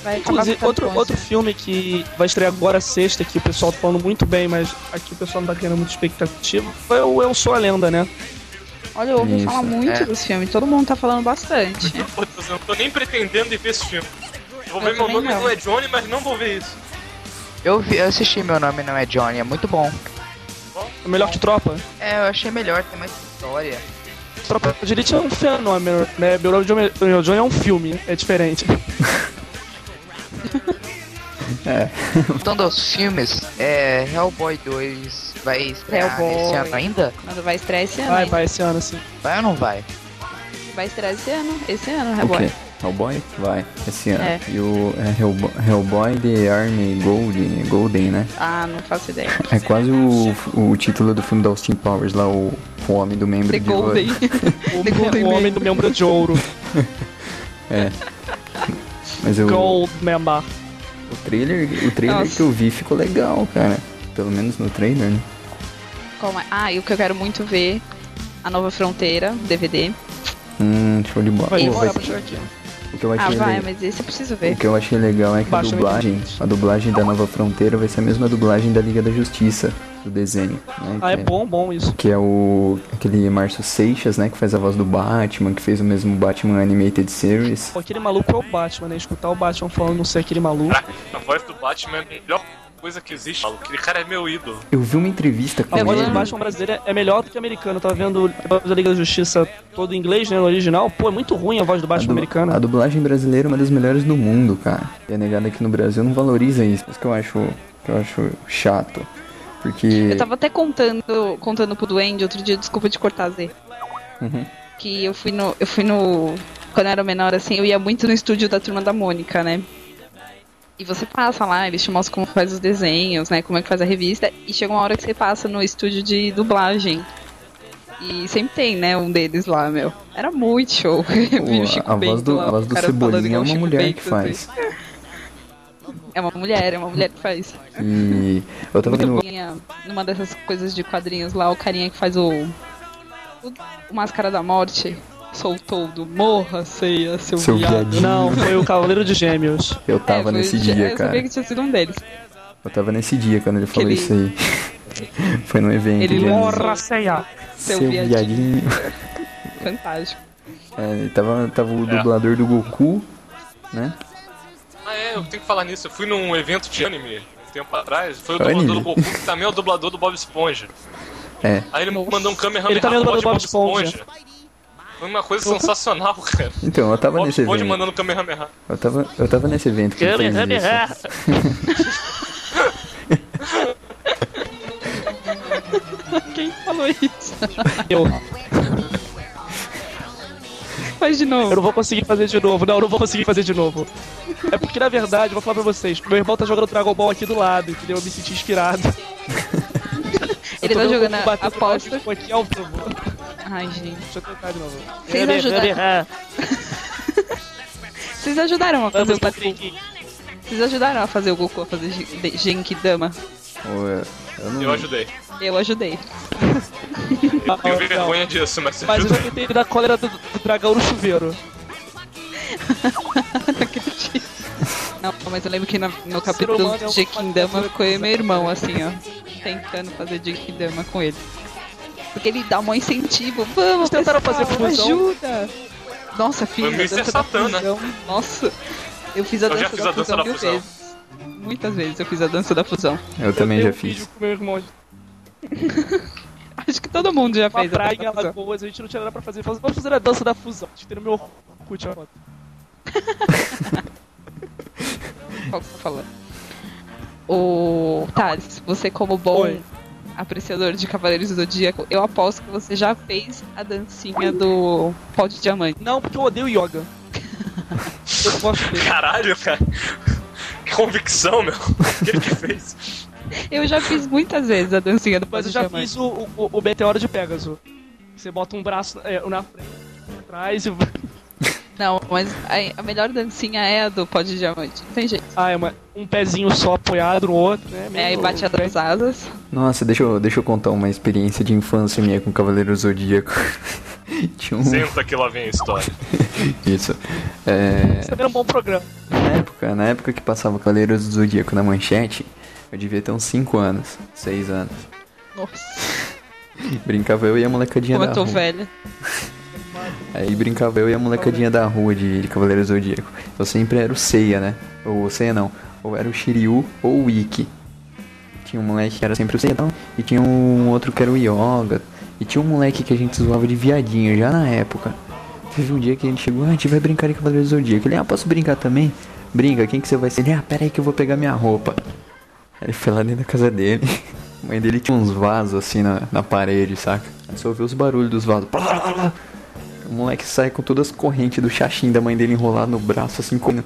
Speaker 1: Vai acabar
Speaker 4: Inclusive,
Speaker 1: ficando
Speaker 4: outro,
Speaker 1: bom,
Speaker 4: outro
Speaker 1: assim.
Speaker 4: filme que vai estrear agora sexta, que o pessoal tá falando muito bem, mas aqui o pessoal não tá criando muita expectativa, é o Eu Sou a Lenda, né?
Speaker 1: Olha, eu ouvi
Speaker 3: Isso,
Speaker 1: falar muito
Speaker 7: é.
Speaker 1: desse filme, todo mundo tá falando bastante.
Speaker 2: Foda-se, eu não tô nem pretendendo ir ver esse filme. Eu vou
Speaker 1: Eu
Speaker 2: ver meu
Speaker 1: também
Speaker 2: nome
Speaker 1: não.
Speaker 2: não é Johnny, mas não vou ver isso.
Speaker 7: Eu, vi, eu assisti Meu Nome Não É Johnny, é muito bom.
Speaker 4: O melhor que Tropa.
Speaker 7: É, eu achei melhor, tem mais história.
Speaker 4: Tropa de Elite é um fenômeno, né? Meu nome John John é um filme, é diferente.
Speaker 7: Voltando aos Então, filmes, é, Hellboy 2 vai estrear
Speaker 1: Hellboy.
Speaker 7: esse ano ainda?
Speaker 1: Quando vai estrear esse ano,
Speaker 4: Vai,
Speaker 1: hein?
Speaker 4: vai esse ano, assim.
Speaker 7: Vai ou não vai?
Speaker 1: Vai estrear esse ano? Esse ano, né,
Speaker 3: O quê?
Speaker 1: Reboy.
Speaker 3: Hellboy? Vai, esse ano.
Speaker 1: Tá É.
Speaker 3: E o é Hellboy, Hellboy The Army Golden, Golden, né?
Speaker 1: Ah, não faço ideia.
Speaker 3: É quase o, o título do filme da Austin Powers lá, o, o Homem do Membro
Speaker 1: The
Speaker 3: de
Speaker 1: Golden.
Speaker 3: Ouro.
Speaker 1: The Golden
Speaker 4: O Homem do Membro de Ouro,
Speaker 3: é. Mas eu, o
Speaker 4: Gold Member.
Speaker 3: trailer, o trailer
Speaker 1: Nossa.
Speaker 3: que eu vi ficou legal, cara. Pelo menos no trailer, né?
Speaker 1: Como é? Ah, e o que eu quero muito ver, A Nova Fronteira, DVD.
Speaker 3: Hum, show de bola.
Speaker 4: Vai
Speaker 3: Pô,
Speaker 4: demorar
Speaker 3: vai-
Speaker 4: pra chegar aqui.
Speaker 3: o, que eu
Speaker 1: Ah,
Speaker 3: achei
Speaker 1: vai,
Speaker 3: le-
Speaker 1: mas esse eu preciso
Speaker 3: o
Speaker 1: ver.
Speaker 3: que eu achei legal é que a
Speaker 4: Baixa o
Speaker 3: dublagem,
Speaker 4: internet.
Speaker 3: a dublagem da Nova Fronteira vai ser a mesma dublagem da Liga da Justiça, do desenho. né?
Speaker 4: Ah, é
Speaker 3: Que
Speaker 4: bom, bom isso.
Speaker 3: Que é o. aquele Márcio Seixas, né? Que faz a voz do Batman, que fez o mesmo Batman Animated Series.
Speaker 4: Pô, aquele maluco é o Batman, né? Escutar o Batman falando não sei aquele maluco.
Speaker 2: A voz do Batman é a melhor coisa que existe. maluco. Aquele cara é meu ídolo.
Speaker 3: Eu vi uma entrevista com
Speaker 4: A voz do
Speaker 3: ele.
Speaker 4: Batman brasileiro é melhor do que americano. Eu tava vendo a Liga da Justiça todo em inglês, né? No original. Pô, é muito ruim a voz do
Speaker 3: A,
Speaker 4: Batman
Speaker 3: du-
Speaker 4: americano.
Speaker 3: a dublagem brasileira é uma das melhores do mundo, cara. E a negada aqui no Brasil não valoriza isso. Isso que eu acho, que eu acho chato. Porque.
Speaker 1: Eu tava até contando, contando pro Duende outro dia, desculpa te cortar, Zé.
Speaker 3: Uhum.
Speaker 1: Que eu fui no. Eu fui no. Quando eu era menor, assim, eu ia muito no estúdio da turma da Mônica, né? E você passa lá, eles te mostram como faz os desenhos, né? Como é que faz a revista. E chega uma hora que você passa no estúdio de dublagem. E sempre tem, né? Um deles lá, meu. Era muito show. Eu vi
Speaker 3: o-
Speaker 1: o Chico
Speaker 3: a, voz
Speaker 1: Bento
Speaker 3: do,
Speaker 1: lá,
Speaker 3: a voz
Speaker 1: o
Speaker 3: do
Speaker 1: cara falando
Speaker 3: Cebolinha
Speaker 1: igual
Speaker 3: é
Speaker 1: o
Speaker 3: uma
Speaker 1: Chico
Speaker 3: mulher
Speaker 1: Bento,
Speaker 3: que
Speaker 1: assim.
Speaker 3: faz.
Speaker 1: É uma mulher, é uma mulher que faz.
Speaker 3: E eu tava
Speaker 1: Muito
Speaker 3: vendo.
Speaker 1: bem, numa dessas coisas de quadrinhos lá, o carinha que faz o. O, o Máscara da Morte.
Speaker 4: soltou do morra, ceia, seu,
Speaker 3: Seu
Speaker 4: viado.
Speaker 3: viadinho.
Speaker 4: Não, foi o Cavaleiro de Gêmeos.
Speaker 3: Eu tava
Speaker 1: É, foi-
Speaker 3: nesse
Speaker 1: Eu
Speaker 3: dia,
Speaker 1: sabia
Speaker 3: cara.
Speaker 1: que tinha sido um deles.
Speaker 3: Eu tava nesse dia quando ele falou
Speaker 1: ele-
Speaker 3: isso aí. Foi num evento.
Speaker 1: Ele
Speaker 3: de anime.
Speaker 1: morra,
Speaker 4: ceia.
Speaker 1: Seu,
Speaker 3: Seu
Speaker 1: viadinho.
Speaker 3: viadinho.
Speaker 1: Fantástico.
Speaker 3: É, ele tava, tava o dublador do Goku, né?
Speaker 2: Ah, é, eu tenho que falar nisso. Eu fui num evento de anime um tempo atrás. Foi o
Speaker 3: Anime?
Speaker 2: dublador do Goku, que também é o dublador do Bob Esponja.
Speaker 3: É.
Speaker 2: Aí ele mandou um Kamehameha
Speaker 4: Ele também é o
Speaker 2: Hot
Speaker 4: dublador
Speaker 2: Bob
Speaker 4: do Bob
Speaker 2: Esponja. Foi uma coisa sensacional, cara.
Speaker 3: Então, eu tava
Speaker 2: Bob
Speaker 3: nesse
Speaker 2: Esponja
Speaker 3: evento.
Speaker 2: mandando Kamehameha.
Speaker 3: Eu tava, eu tava nesse evento que ele fez isso.
Speaker 1: Quem falou isso?
Speaker 4: Eu,
Speaker 1: Faz de
Speaker 4: eu
Speaker 1: novo.
Speaker 4: não vou conseguir fazer de novo. Não, eu não vou conseguir fazer de novo. É porque, na verdade, eu vou falar pra vocês. Meu irmão tá jogando Dragon Ball aqui do lado, entendeu? Eu me senti inspirado.
Speaker 1: Ele
Speaker 4: Eu
Speaker 1: tá
Speaker 4: tô um
Speaker 1: jogando
Speaker 4: batendo
Speaker 1: a
Speaker 4: no
Speaker 1: aposta.
Speaker 4: Tipo, aqui ao vivo.
Speaker 1: Ai, gente.
Speaker 4: Deixa eu tentar de novo. ah,
Speaker 1: Vocês ajudaram. Vocês ajudaram a fazer o
Speaker 4: Vamos pro
Speaker 1: Patrick. Vocês ajudaram a fazer o Goku a fazer Gen- de- Genkidama.
Speaker 3: Ou é- Eu não...
Speaker 2: Eu ajudei.
Speaker 1: Eu ajudei.
Speaker 4: Não,
Speaker 2: Tenho
Speaker 4: Ah, não.
Speaker 2: vergonha disso, mas eu
Speaker 4: Mas eu já
Speaker 2: ajudei.
Speaker 4: tentei dar cólera do, do dragão no chuveiro.
Speaker 1: Não acredito. Não, mas eu lembro que no, no
Speaker 4: Ser
Speaker 1: capítulo
Speaker 4: humano é um-
Speaker 1: de Genkidama ficou eu e meu irmão, assim, ó. Tentando fazer Genkidama com ele. Porque ele dá um incentivo. Vamos,
Speaker 4: Eles tentaram
Speaker 1: pessoal,
Speaker 4: fazer fusão?
Speaker 1: ajuda! Nossa, fiz
Speaker 2: Foi
Speaker 1: a
Speaker 2: o
Speaker 1: dança
Speaker 2: Mr.
Speaker 1: da
Speaker 2: Satan, né?
Speaker 1: fusão. Nossa, eu fiz a
Speaker 2: Eu
Speaker 1: dança
Speaker 2: já fiz
Speaker 1: da
Speaker 2: a dança
Speaker 1: fusão
Speaker 2: da
Speaker 1: mil
Speaker 2: fusão.
Speaker 1: vezes. Muitas vezes eu fiz a dança da fusão.
Speaker 3: Eu também
Speaker 4: tenho
Speaker 3: já
Speaker 4: um vídeo
Speaker 3: fiz.
Speaker 4: com meu irmão.
Speaker 1: Acho que todo mundo já
Speaker 4: Uma
Speaker 1: fez a
Speaker 4: praia em
Speaker 1: dança da fusão.
Speaker 4: Alagoas, a gente não tinha nada pra fazer. Falou, vamos fazer a dança da fusão. Acho que tem no meu Orkut a foto.
Speaker 1: Qual que você tá falando? O Thales, você como bom
Speaker 4: Oi.
Speaker 1: apreciador de Cavaleiros do Zodíaco, eu aposto que você já fez a dancinha do pó de diamante.
Speaker 4: Não, porque eu odeio yoga. eu não gosto dele.
Speaker 2: Caralho, cara. Que convicção, meu. O que ele que fez?
Speaker 1: Eu já fiz muitas vezes a dancinha do pó
Speaker 4: Mas
Speaker 1: de
Speaker 4: eu já
Speaker 1: diamante.
Speaker 4: fiz o, o, o meteoro de Pégaso. Você bota um braço é, um na frente, um atrás e.
Speaker 1: Não, mas a, a melhor dancinha é a do pó de diamante. Não tem jeito.
Speaker 4: Ah, é uma, um pezinho só apoiado no outro, né?
Speaker 1: É, aí bate as asas.
Speaker 3: Nossa, deixa eu, deixa eu contar uma experiência de infância minha com Cavaleiro Zodíaco. Tinha um...
Speaker 2: Senta que lá vem a história.
Speaker 3: Isso. É...
Speaker 4: Isso também era um bom programa.
Speaker 3: Na época, na época que passava Cavaleiros do Zodíaco na manchete, eu devia ter uns 5 anos, 6 anos.
Speaker 1: Nossa,
Speaker 3: Brincava eu e a molecadinha
Speaker 1: como
Speaker 3: da
Speaker 1: eu tô
Speaker 3: rua.
Speaker 1: velha.
Speaker 3: Aí brincava eu e a molecadinha da rua de, de Cavaleiros do Zodíaco. Eu sempre era o Seiya, né? Ou Seiya não. Ou era o Shiryu ou o Ikki. Tinha um moleque que era sempre o Seiya, então, e tinha um outro que era o Yoga. E tinha um moleque que a gente zoava de viadinho já na época. Teve um dia que a gente chegou, ah, a gente vai brincar de Cavaleiros do Zodíaco. Ele, ah, posso brincar também? Brinca, quem que você vai ser? Ele, ah, pera aí que eu vou pegar minha roupa. Aí Ele foi lá dentro da casa dele. A mãe dele tinha uns vasos assim na, na parede, saca? Aí Só ouviu os barulhos dos vasos. O moleque sai com todas as correntes do xaxim da mãe dele enrolado no braço, assim como.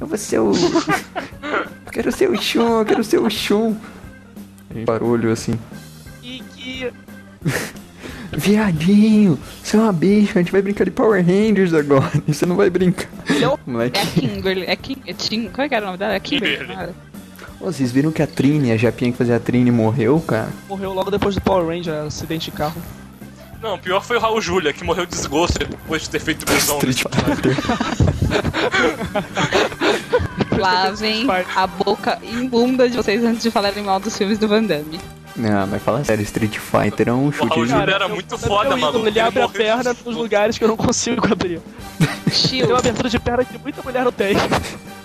Speaker 3: Eu vou ser o. eu quero ser o Shun, eu quero ser o Shun. Aí Barulho assim.
Speaker 4: E que.
Speaker 3: Viadinho, você é uma bicha, a gente vai brincar de Power Rangers agora. e Você não vai brincar. O moleque.
Speaker 1: É a Kimberly. É Kim. É Tim. Qual é que era o nome dela? É Kimberly.
Speaker 2: Kimberly.
Speaker 1: cara.
Speaker 3: Ô, vocês viram que a Trini, a japinha que fazia a Trini, morreu, cara?
Speaker 4: Morreu logo depois do Power Ranger, acidente de carro.
Speaker 2: Não, o pior foi o Raul Júlia, que morreu de desgosto depois de ter feito visão.
Speaker 3: Street Fighter.
Speaker 1: Lavem a boca imbunda de vocês antes de falarem mal dos filmes do Van Damme.
Speaker 3: Não, mas fala sério, Street Fighter é um
Speaker 2: O
Speaker 3: chute
Speaker 2: Raul
Speaker 3: de.
Speaker 2: Júlia era
Speaker 4: Eu-
Speaker 2: muito
Speaker 4: eu-
Speaker 2: foda,
Speaker 4: eu-
Speaker 2: mano.
Speaker 4: Ele abre a
Speaker 2: morreu de
Speaker 4: perna nos
Speaker 2: desgosto.
Speaker 4: lugares que eu não consigo abrir. Tem
Speaker 1: Tio,
Speaker 4: uma abertura de perna que muita mulher não tem.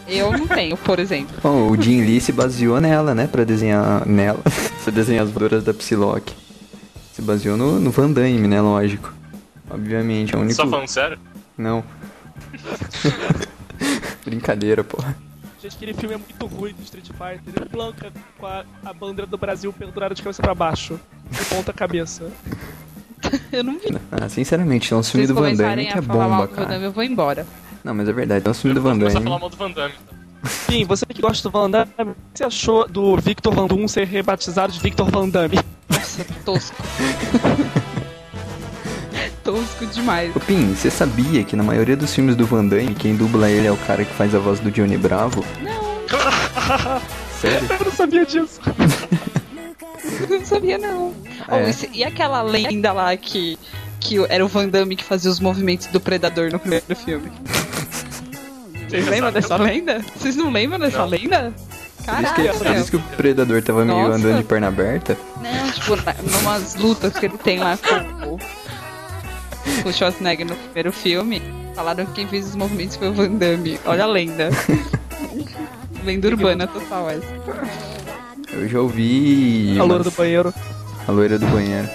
Speaker 1: eu não tenho, por exemplo.
Speaker 3: Bom, o Jim Lee se baseou nela, né? Pra desenhar nela. pra desenhar as voadoras da Psylocke. Se baseou no, no Van Damme, né? Lógico. Obviamente, é o único.
Speaker 2: Só tá falando sério?
Speaker 3: Não. Brincadeira, porra.
Speaker 4: Gente, aquele filme é muito ruim do Street Fighter. Ele planca com a, a bandeira do Brasil pendurada de cabeça pra baixo. De ponta cabeça.
Speaker 1: Eu não vi.
Speaker 3: Ah, sinceramente, tem um filme
Speaker 1: Vocês
Speaker 3: do Van Damme
Speaker 1: começarem
Speaker 3: que é
Speaker 1: a falar
Speaker 3: bomba,
Speaker 1: mal do Van
Speaker 3: cara.
Speaker 1: Damme, eu vou embora.
Speaker 3: Não, mas é verdade, tem um filme do Van
Speaker 2: Começa a falar
Speaker 3: Damme.
Speaker 2: mal do Van Damme.
Speaker 4: Sim, você que gosta do Van Damme, o que você achou do Victor Van Doom ser rebatizado de Victor Van Damme?
Speaker 1: Nossa, tosco. tosco demais.
Speaker 3: Ô, Pim, você sabia que na maioria dos filmes do Van Damme, quem dubla ele é o cara que faz a voz do Johnny Bravo? Não. Sério?
Speaker 4: Eu não sabia disso.
Speaker 1: Não sabia, não. Oh,
Speaker 3: É.
Speaker 1: esse- e aquela lenda lá que que era o Van Damme que fazia os movimentos do Predador no primeiro filme. Vocês lembram dessa lenda? Vocês não lembram dessa
Speaker 2: Não.
Speaker 1: lenda?
Speaker 3: Por isso, que,
Speaker 1: Caralho,
Speaker 3: por isso que o predador tava meio
Speaker 1: Nossa.
Speaker 3: andando de perna aberta.
Speaker 1: Não, tipo, na- numas lutas que ele tem lá com o, com o Schwarzenegger no primeiro filme, falaram que quem fez os movimentos foi o Van Damme. Olha a lenda. lenda urbana total essa.
Speaker 3: Eu já ouvi.
Speaker 4: A loura do
Speaker 3: mas-
Speaker 4: banheiro.
Speaker 3: a loira do banheiro.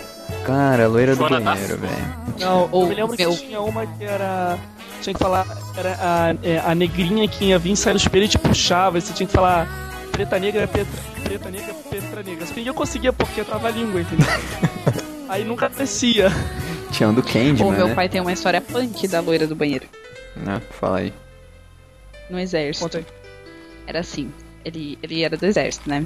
Speaker 3: Cara, a loira do
Speaker 2: Joana
Speaker 3: banheiro, velho.
Speaker 4: Não,
Speaker 1: Ou
Speaker 4: eu me lembro
Speaker 1: meu.
Speaker 4: que tinha uma que era. Tinha que falar. Era a, é, a negrinha que ia vir sair do espelho e te puxava. E você tinha que falar preta negra, é petra, preta negra, é petra negra. Só que ninguém conseguia porque tava a língua, entendeu? Aí nunca descia.
Speaker 3: Tinha um do Candyman,
Speaker 1: Ou meu
Speaker 3: né?
Speaker 1: pai tem uma história punk da loira do banheiro
Speaker 3: Não, fala aí.
Speaker 1: no exército.
Speaker 4: Conta aí.
Speaker 1: era assim, ele, ele era do exército, né?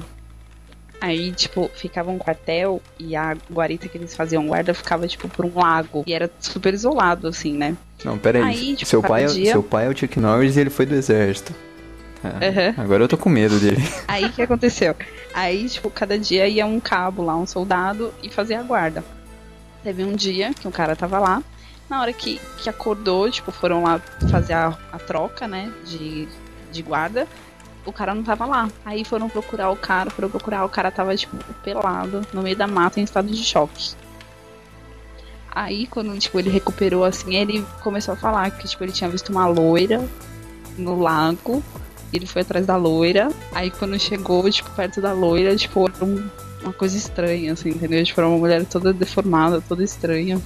Speaker 1: Aí, tipo, ficava um quartel e a guarita que eles faziam guarda ficava, tipo, por um lago. E era super isolado, assim, né?
Speaker 3: Não, pera aí.
Speaker 1: Aí, tipo,
Speaker 3: seu, pai é,
Speaker 1: cada dia- É.
Speaker 3: seu pai é o Chuck Norris e ele foi do exército. Ah,
Speaker 1: Aham.
Speaker 3: Agora eu tô com medo dele.
Speaker 1: Aí o que aconteceu? Aí, tipo, cada dia ia um cabo lá, um soldado, e fazia a guarda. Teve um dia que um cara tava lá. Na hora que, que acordou, tipo, foram lá fazer a, a troca, né? De, de guarda. O cara não tava lá. Aí foram procurar o cara, foram procurar, o cara tava, tipo, pelado, no meio da mata, em estado de choque. Aí, quando, tipo, ele recuperou, assim, ele começou a falar que, tipo, ele tinha visto uma loira no lago. Ele foi atrás da loira. Aí quando chegou, tipo, perto da loira, tipo, era um- uma coisa estranha, assim, entendeu? Tipo, era uma mulher toda deformada, toda estranha.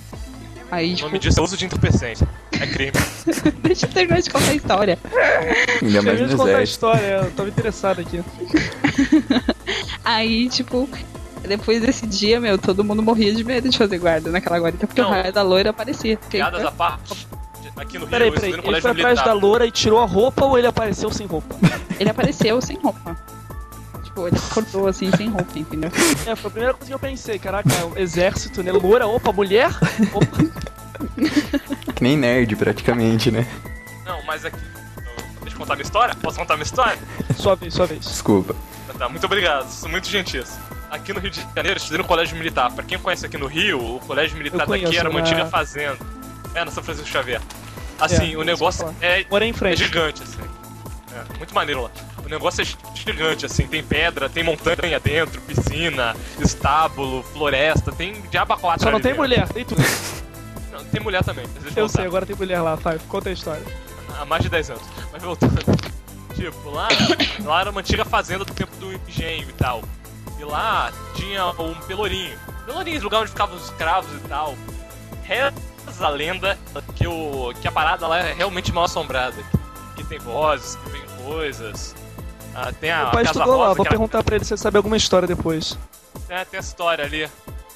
Speaker 1: Aí,
Speaker 2: O
Speaker 1: tipo,
Speaker 2: nome disso é uso de entorpecente. É crime.
Speaker 1: deixa eu terminar de contar a história.
Speaker 3: Ainda mais
Speaker 4: Deixa
Speaker 3: no
Speaker 4: eu te contar a
Speaker 3: exército.
Speaker 4: história, eu tava interessado aqui.
Speaker 1: Aí, tipo, depois desse dia, meu, todo mundo morria de medo de fazer guarda naquela guarita, porque
Speaker 2: Não.
Speaker 1: o raio da loira aparecia.
Speaker 2: Piadas à parte. Aqui no Rio,
Speaker 4: Peraí,
Speaker 2: eu estudei
Speaker 4: peraí.
Speaker 2: no
Speaker 4: Ele
Speaker 2: colégio
Speaker 4: foi atrás
Speaker 2: militar.
Speaker 4: da loura e tirou a roupa ou ele apareceu sem roupa?
Speaker 1: Ele apareceu sem roupa. Tipo, ele acordou assim, sem roupa, entendeu?
Speaker 4: É, foi a primeira coisa que eu pensei. Caraca, é o exército, né? Loura, opa, mulher? Opa.
Speaker 3: Que nem nerd, praticamente, né?
Speaker 2: Não, mas aqui. Deixa eu contar minha história? Posso contar minha história?
Speaker 4: Sua vez, sua vez.
Speaker 3: Desculpa.
Speaker 2: Ah, Tá, muito obrigado, sou muito gentis. Aqui no Rio de Janeiro, eu estudei no Colégio Militar. Pra quem conhece aqui no Rio, o Colégio Militar
Speaker 4: Eu conheço,
Speaker 2: daqui era uma
Speaker 4: na-
Speaker 2: antiga fazenda. É, na São Francisco Xavier. Assim,
Speaker 4: É,
Speaker 2: o
Speaker 4: isso que eu
Speaker 2: negócio
Speaker 4: ia
Speaker 2: é,
Speaker 4: Morei em
Speaker 2: é
Speaker 4: frente.
Speaker 2: gigante, assim. É, muito maneiro lá. O negócio é gigante, assim. Tem pedra, tem montanha dentro, piscina, estábulo, floresta, tem diabo a quatro
Speaker 4: Só não
Speaker 2: ali
Speaker 4: tem
Speaker 2: dentro.
Speaker 4: mulher, tem tudo.
Speaker 2: Não, tem mulher também. mas deixa
Speaker 4: Eu
Speaker 2: voltar.
Speaker 4: sei, agora tem mulher lá, Fábio. Conta a história.
Speaker 2: há mais de 10 anos. Mas voltando. Tipo, lá, lá era uma antiga fazenda do tempo do engenho e tal. E lá tinha um pelourinho. Pelourinho, lugar onde ficavam os escravos e tal. Reza a lenda que, o, que a parada lá é realmente mal assombrada. Que tem vozes, que tem coisas. Ah, tem a
Speaker 4: Meu pai
Speaker 2: Casa
Speaker 4: estudou
Speaker 2: Rosa,
Speaker 4: lá, vou
Speaker 2: que era-
Speaker 4: perguntar pra ele se ele sabe alguma história depois.
Speaker 2: né, tem essa história ali.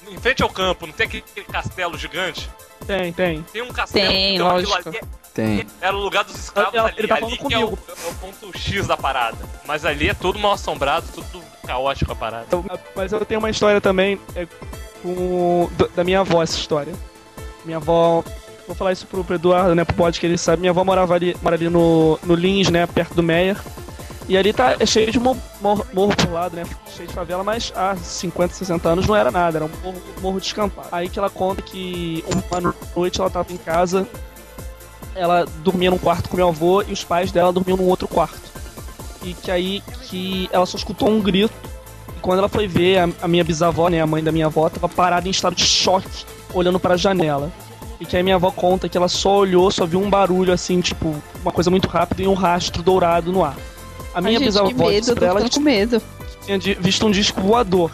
Speaker 2: Em frente ao campo, não tem aquele castelo gigante?
Speaker 4: Tem, tem.
Speaker 2: Tem um castelo.
Speaker 1: Tem,
Speaker 2: então aquilo
Speaker 1: lógico.
Speaker 2: ali é-
Speaker 3: Tem.
Speaker 2: era o lugar dos escravos
Speaker 4: Ele-
Speaker 2: ali.
Speaker 4: ele tá
Speaker 2: ali
Speaker 4: falando
Speaker 2: que é o,
Speaker 4: comigo.
Speaker 2: é o ponto X da parada. Mas ali é tudo mal assombrado, tudo caótico a parada.
Speaker 4: Então, Mas eu tenho uma história também é, com, do- da minha avó, essa história. Minha avó. Vou falar isso pro, pro Eduardo, né? Pro bode que ele sabe. Minha avó morava ali, mora ali no, no Lins, né? Perto do Meyer. E ali tá é cheio de mo- mor- morro por lado, né? Cheio de favela, mas há 50, 60 anos não era nada, era um morro, morro descampado. Aí que ela conta que uma noite ela tava em casa, ela dormia num quarto com meu avô e os pais dela dormiam num outro quarto. E que aí que ela só escutou um grito e quando ela foi ver, a, a minha bisavó, né, a mãe da minha avó, tava parada em estado de choque, olhando pra janela. E que aí minha avó conta que ela só olhou, só viu um barulho assim, tipo, uma coisa muito rápida e um rastro dourado no ar. A minha
Speaker 1: Ai, gente, que
Speaker 4: bisavó
Speaker 1: medo,
Speaker 4: disse
Speaker 1: eu
Speaker 4: pra
Speaker 1: tô
Speaker 4: ela que
Speaker 1: ficando com medo.
Speaker 4: tinha de- visto um disco voador.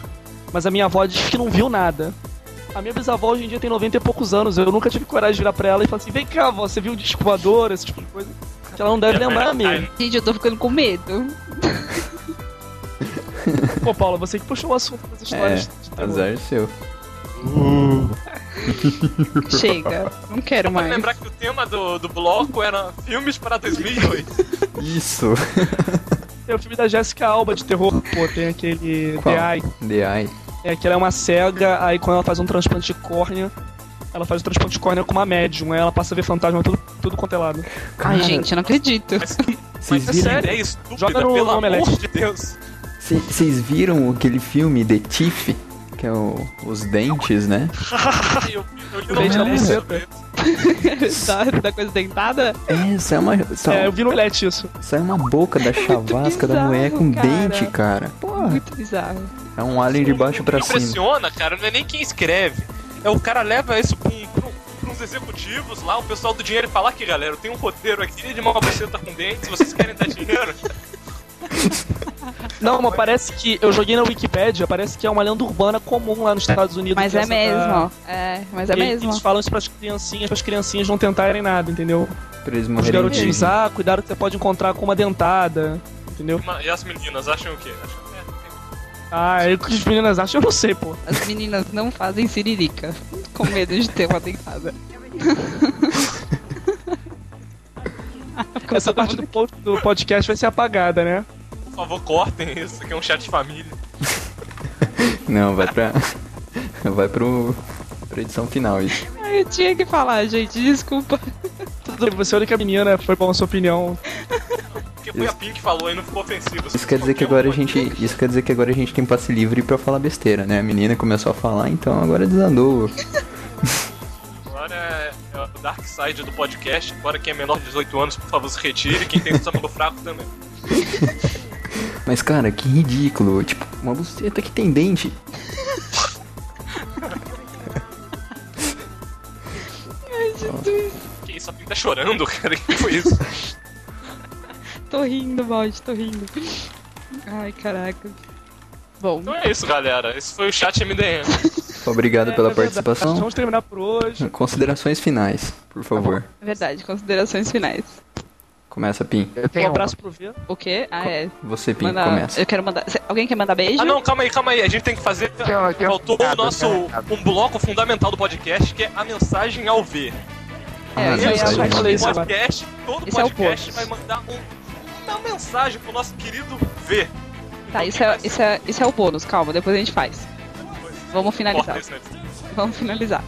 Speaker 4: Mas a minha avó disse que não viu nada. A minha bisavó hoje em dia tem 90 e poucos anos. Eu nunca tive coragem de virar pra ela e falar assim: vem cá, avó, você viu o disco voador, esse tipo de coisa. Que ela não deve lembrar mesmo.
Speaker 1: Gente, eu tô ficando com medo.
Speaker 4: Pô, Paula, você que puxou o assunto das histórias. de
Speaker 3: É,
Speaker 4: terror.
Speaker 3: Azar seu.
Speaker 1: Chega, não quero
Speaker 2: Pra
Speaker 1: mais.
Speaker 2: lembrar que o tema do, do bloco era filmes para 2008.
Speaker 3: Isso.
Speaker 4: Tem o filme da Jessica Alba de terror, pô, tem aquele
Speaker 3: Qual?
Speaker 4: The Eye.
Speaker 3: The Eye.
Speaker 4: É que ela é uma cega, aí quando ela faz um transplante de córnea, ela faz o transplante de córnea com uma médium, aí ela passa a ver fantasma tudo, tudo quanto é lado.
Speaker 1: Ai, gente, eu não acredito.
Speaker 3: Vocês
Speaker 2: Mas é essa
Speaker 3: viram,
Speaker 2: ideia estúpida,
Speaker 4: Joga no-
Speaker 2: pelo
Speaker 4: no
Speaker 2: amor
Speaker 4: Omelete.
Speaker 2: de Deus.
Speaker 3: cê- vocês viram aquele filme The Thief? que é o- os dentes, né?
Speaker 2: eu, eu li
Speaker 4: O
Speaker 2: no
Speaker 4: dente da
Speaker 2: Reddit.
Speaker 4: buceta.
Speaker 1: da, da coisa dentada?
Speaker 3: É, sai uma, sa-
Speaker 4: É, eu vi no Let isso.
Speaker 3: sai uma boca da chavasca da
Speaker 1: bizarro,
Speaker 3: mulher com
Speaker 1: cara.
Speaker 3: dente, cara.
Speaker 4: Ah.
Speaker 3: Porra,
Speaker 1: Muito bizarro.
Speaker 3: é um alien de baixo pra
Speaker 2: Me
Speaker 3: cima.
Speaker 2: impressiona, cara, não é nem quem escreve. É o cara leva isso pra, um, pra, um- pra uns executivos lá, o pessoal do dinheiro e fala aqui, galera, eu tenho um roteiro aqui de uma buceta com dentes, vocês querem dar dinheiro?
Speaker 4: Não, mas parece que. Eu joguei na Wikipédia, parece que é uma lenda urbana comum lá nos Estados Unidos.
Speaker 1: Mas
Speaker 4: que
Speaker 1: é
Speaker 4: essa
Speaker 1: mesmo.
Speaker 4: da-
Speaker 1: É, mas é
Speaker 4: que
Speaker 1: mesmo.
Speaker 4: Eles falam isso pras criancinhas, pras criancinhas não tentarem nada, entendeu?
Speaker 3: Pra eles
Speaker 4: Os
Speaker 3: morrerem de...
Speaker 4: garotinhos, ah, cuidado que você pode encontrar com uma dentada, entendeu?
Speaker 2: E as meninas acham o quê? Acham que é-
Speaker 4: Ah, é o que as meninas acham, eu não sei, pô.
Speaker 1: As meninas não fazem siririca. Com medo de ter uma dentada.
Speaker 4: Essa parte do, po- do podcast vai ser apagada, né?
Speaker 2: Por favor, cortem isso, que é um chat de família.
Speaker 3: Não, vai pra... vai pro... pra edição final isso.
Speaker 1: Ai, Ah, eu tinha que falar, gente. Desculpa.
Speaker 4: Tudo bem, você olha que a menina foi bom a sua opinião.
Speaker 2: Porque foi a Pink que falou e não ficou ofensivo.
Speaker 3: Isso quer dizer que agora a gente... Isso quer dizer que agora a gente tem passe livre pra falar besteira, né? A menina começou a falar, então agora desandou.
Speaker 2: Agora é é o Dark Side do podcast. Agora quem é menor de 18 anos, por favor, se retire. Quem tem um estômago fraco também.
Speaker 3: Mas, cara, que ridículo. Tipo, uma buceta que tem dente.
Speaker 2: Que isso, a Pink tá chorando, cara. Que foi isso?
Speaker 1: Tô rindo, balde, tô rindo. Ai, caraca. Bom,
Speaker 2: Então é isso, galera. Esse foi o chat MDM.
Speaker 3: Obrigado
Speaker 4: É,
Speaker 3: pela
Speaker 4: é verdade.
Speaker 3: participação.
Speaker 4: Vamos terminar por hoje.
Speaker 3: Considerações finais, por favor.
Speaker 1: é verdade, considerações finais.
Speaker 3: Começa, Pim.
Speaker 7: Eu
Speaker 4: Um
Speaker 7: tenho uma.
Speaker 4: abraço pro V.
Speaker 1: O quê? Ah, é.
Speaker 3: Você, Pim,
Speaker 1: Manda, É,
Speaker 3: começa.
Speaker 1: eu quero mandar. cê- Alguém quer mandar beijo?
Speaker 2: Ah, não, calma aí, calma aí. A gente tem que fazer.
Speaker 7: Tem- tem um
Speaker 2: Faltou o
Speaker 7: recado,
Speaker 2: nosso.
Speaker 7: tem um recado.
Speaker 2: Um bloco fundamental do podcast, que é a mensagem ao ver.
Speaker 1: É,
Speaker 3: Ah,
Speaker 1: isso aí,
Speaker 3: isso aí.
Speaker 1: eu acho
Speaker 4: falei isso agora.
Speaker 2: podcast, todo
Speaker 1: Esse é o
Speaker 2: podcast
Speaker 1: bônus.
Speaker 2: vai mandar um- uma mensagem pro nosso querido Então, V.
Speaker 1: Tá, isso é, isso, é, isso é o bônus, calma, depois a gente faz. Vamos
Speaker 2: Corta
Speaker 1: finalizar.
Speaker 2: isso, né?
Speaker 1: Vamos finalizar.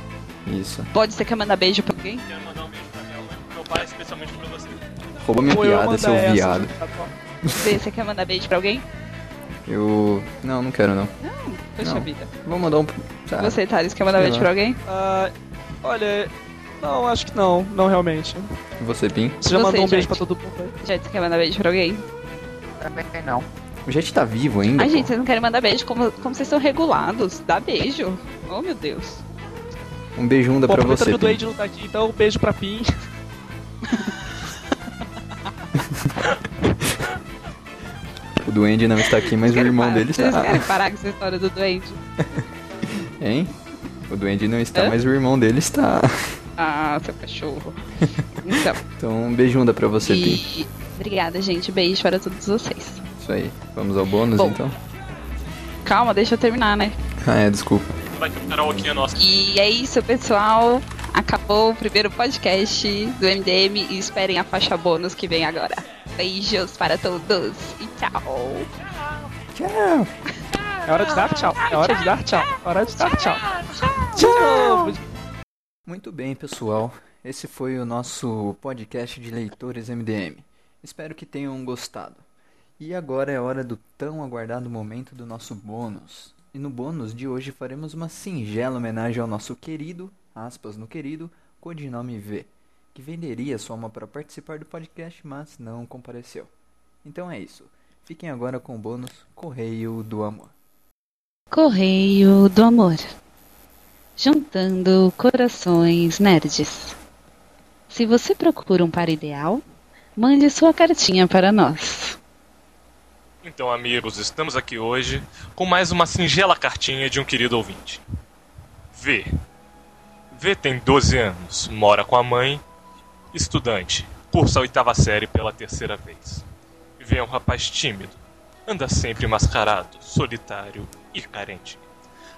Speaker 3: Isso.
Speaker 1: Pode, você quer mandar beijo pra alguém?
Speaker 2: Quero mandar um beijo pra minha mãe e pro meu pai, especialmente pra você.
Speaker 3: Roubou minha
Speaker 4: Pô, eu ia
Speaker 3: piada,
Speaker 4: mandar
Speaker 3: seu
Speaker 4: essa. tá
Speaker 3: viado.
Speaker 1: Vê, você quer mandar beijo pra alguém?
Speaker 3: Eu. Não, não quero não.
Speaker 1: Poxa
Speaker 3: Não.
Speaker 1: vida.
Speaker 3: Vou mandar um. Tá.
Speaker 1: Você, Thales, quer mandar
Speaker 3: sei
Speaker 1: beijo
Speaker 3: lá.
Speaker 1: pra alguém?
Speaker 4: Ah, olha, não, acho que não, não realmente.
Speaker 3: Você, Pim.
Speaker 4: Você já
Speaker 1: Você,
Speaker 4: mandou um beijo pra
Speaker 1: gente.
Speaker 4: todo mundo. né?
Speaker 1: Gente, você quer mandar beijo pra alguém?
Speaker 7: Também não.
Speaker 3: O Jet tá vivo ainda.
Speaker 1: Ai,
Speaker 3: pô.
Speaker 1: gente, vocês não querem mandar beijo? Como, como vocês são regulados? Dá beijo. Oh, meu Deus.
Speaker 3: Um beijunda
Speaker 4: Bom,
Speaker 3: pra
Speaker 4: aproveitando
Speaker 3: você,
Speaker 4: que o
Speaker 3: Pim.
Speaker 4: Duende não tá aqui, então um beijo pra Pim.
Speaker 3: O Duende não está aqui, mas o
Speaker 1: Quero
Speaker 3: irmão
Speaker 1: parar.
Speaker 3: dele tá- está.
Speaker 1: Vocês querem parar com essa história do doente?
Speaker 3: Hein? O Duende não está,
Speaker 1: Hã?
Speaker 3: mas o irmão dele está.
Speaker 1: Ah, seu cachorro. Então,
Speaker 3: Então, um beijunda pra você, Pim.
Speaker 1: e... Obrigada, gente. Beijo para todos vocês.
Speaker 3: Isso aí. Vamos ao bônus,
Speaker 1: Bom.
Speaker 3: então?
Speaker 1: Calma, deixa eu terminar, né?
Speaker 3: Ah, é, desculpa.
Speaker 2: Vai ter um karaokê nosso.
Speaker 1: E é isso, pessoal. Acabou o primeiro podcast do MDM e esperem a faixa bônus que vem agora. Beijos para todos e tchau.
Speaker 3: Tchau.
Speaker 4: É hora de dar tchau. É hora de dar tchau. É hora de dar tchau. Tchau.
Speaker 3: Muito bem, pessoal. Esse foi o nosso podcast de leitores MDM. Espero que tenham gostado. E agora é hora do tão aguardado momento do nosso bônus. E no bônus de hoje faremos uma singela homenagem ao nosso querido, aspas no querido, codinome V, que venderia sua alma para participar do podcast, mas não compareceu. Então é isso. Fiquem agora com o bônus Correio do Amor.
Speaker 1: Correio do Amor Juntando corações nerds. Se você procura um par ideal, mande sua cartinha para nós.
Speaker 2: Então, amigos, estamos aqui hoje com mais uma singela cartinha de um querido ouvinte. V. V tem 12 anos, mora com a mãe, estudante, cursa a oitava série pela terceira vez. V é um rapaz tímido, anda sempre mascarado, solitário e carente.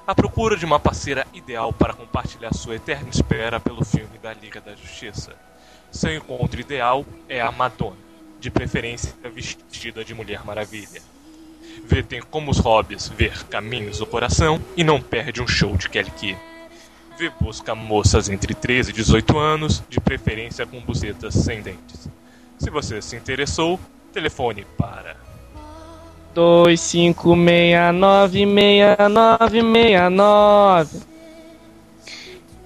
Speaker 2: À procura de uma parceira ideal para compartilhar sua eterna espera pelo filme da Liga da Justiça. Seu encontro ideal é a Madonna, de preferência vestida de Mulher Maravilha. V tem como os hobbies ver caminhos do coração e não perde um show de Kelly Key. V busca moças entre 13 e 18 anos, de preferência com bucetas sem dentes. Se você se interessou, telefone para
Speaker 4: dois, cinco, meia, nove, meia, nove, meia, nove.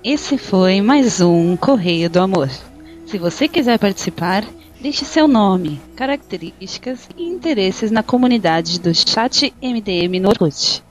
Speaker 1: Esse foi mais um Correio do Amor. Se você quiser participar, deixe seu nome, características e interesses na comunidade do chat MDM no Orkut.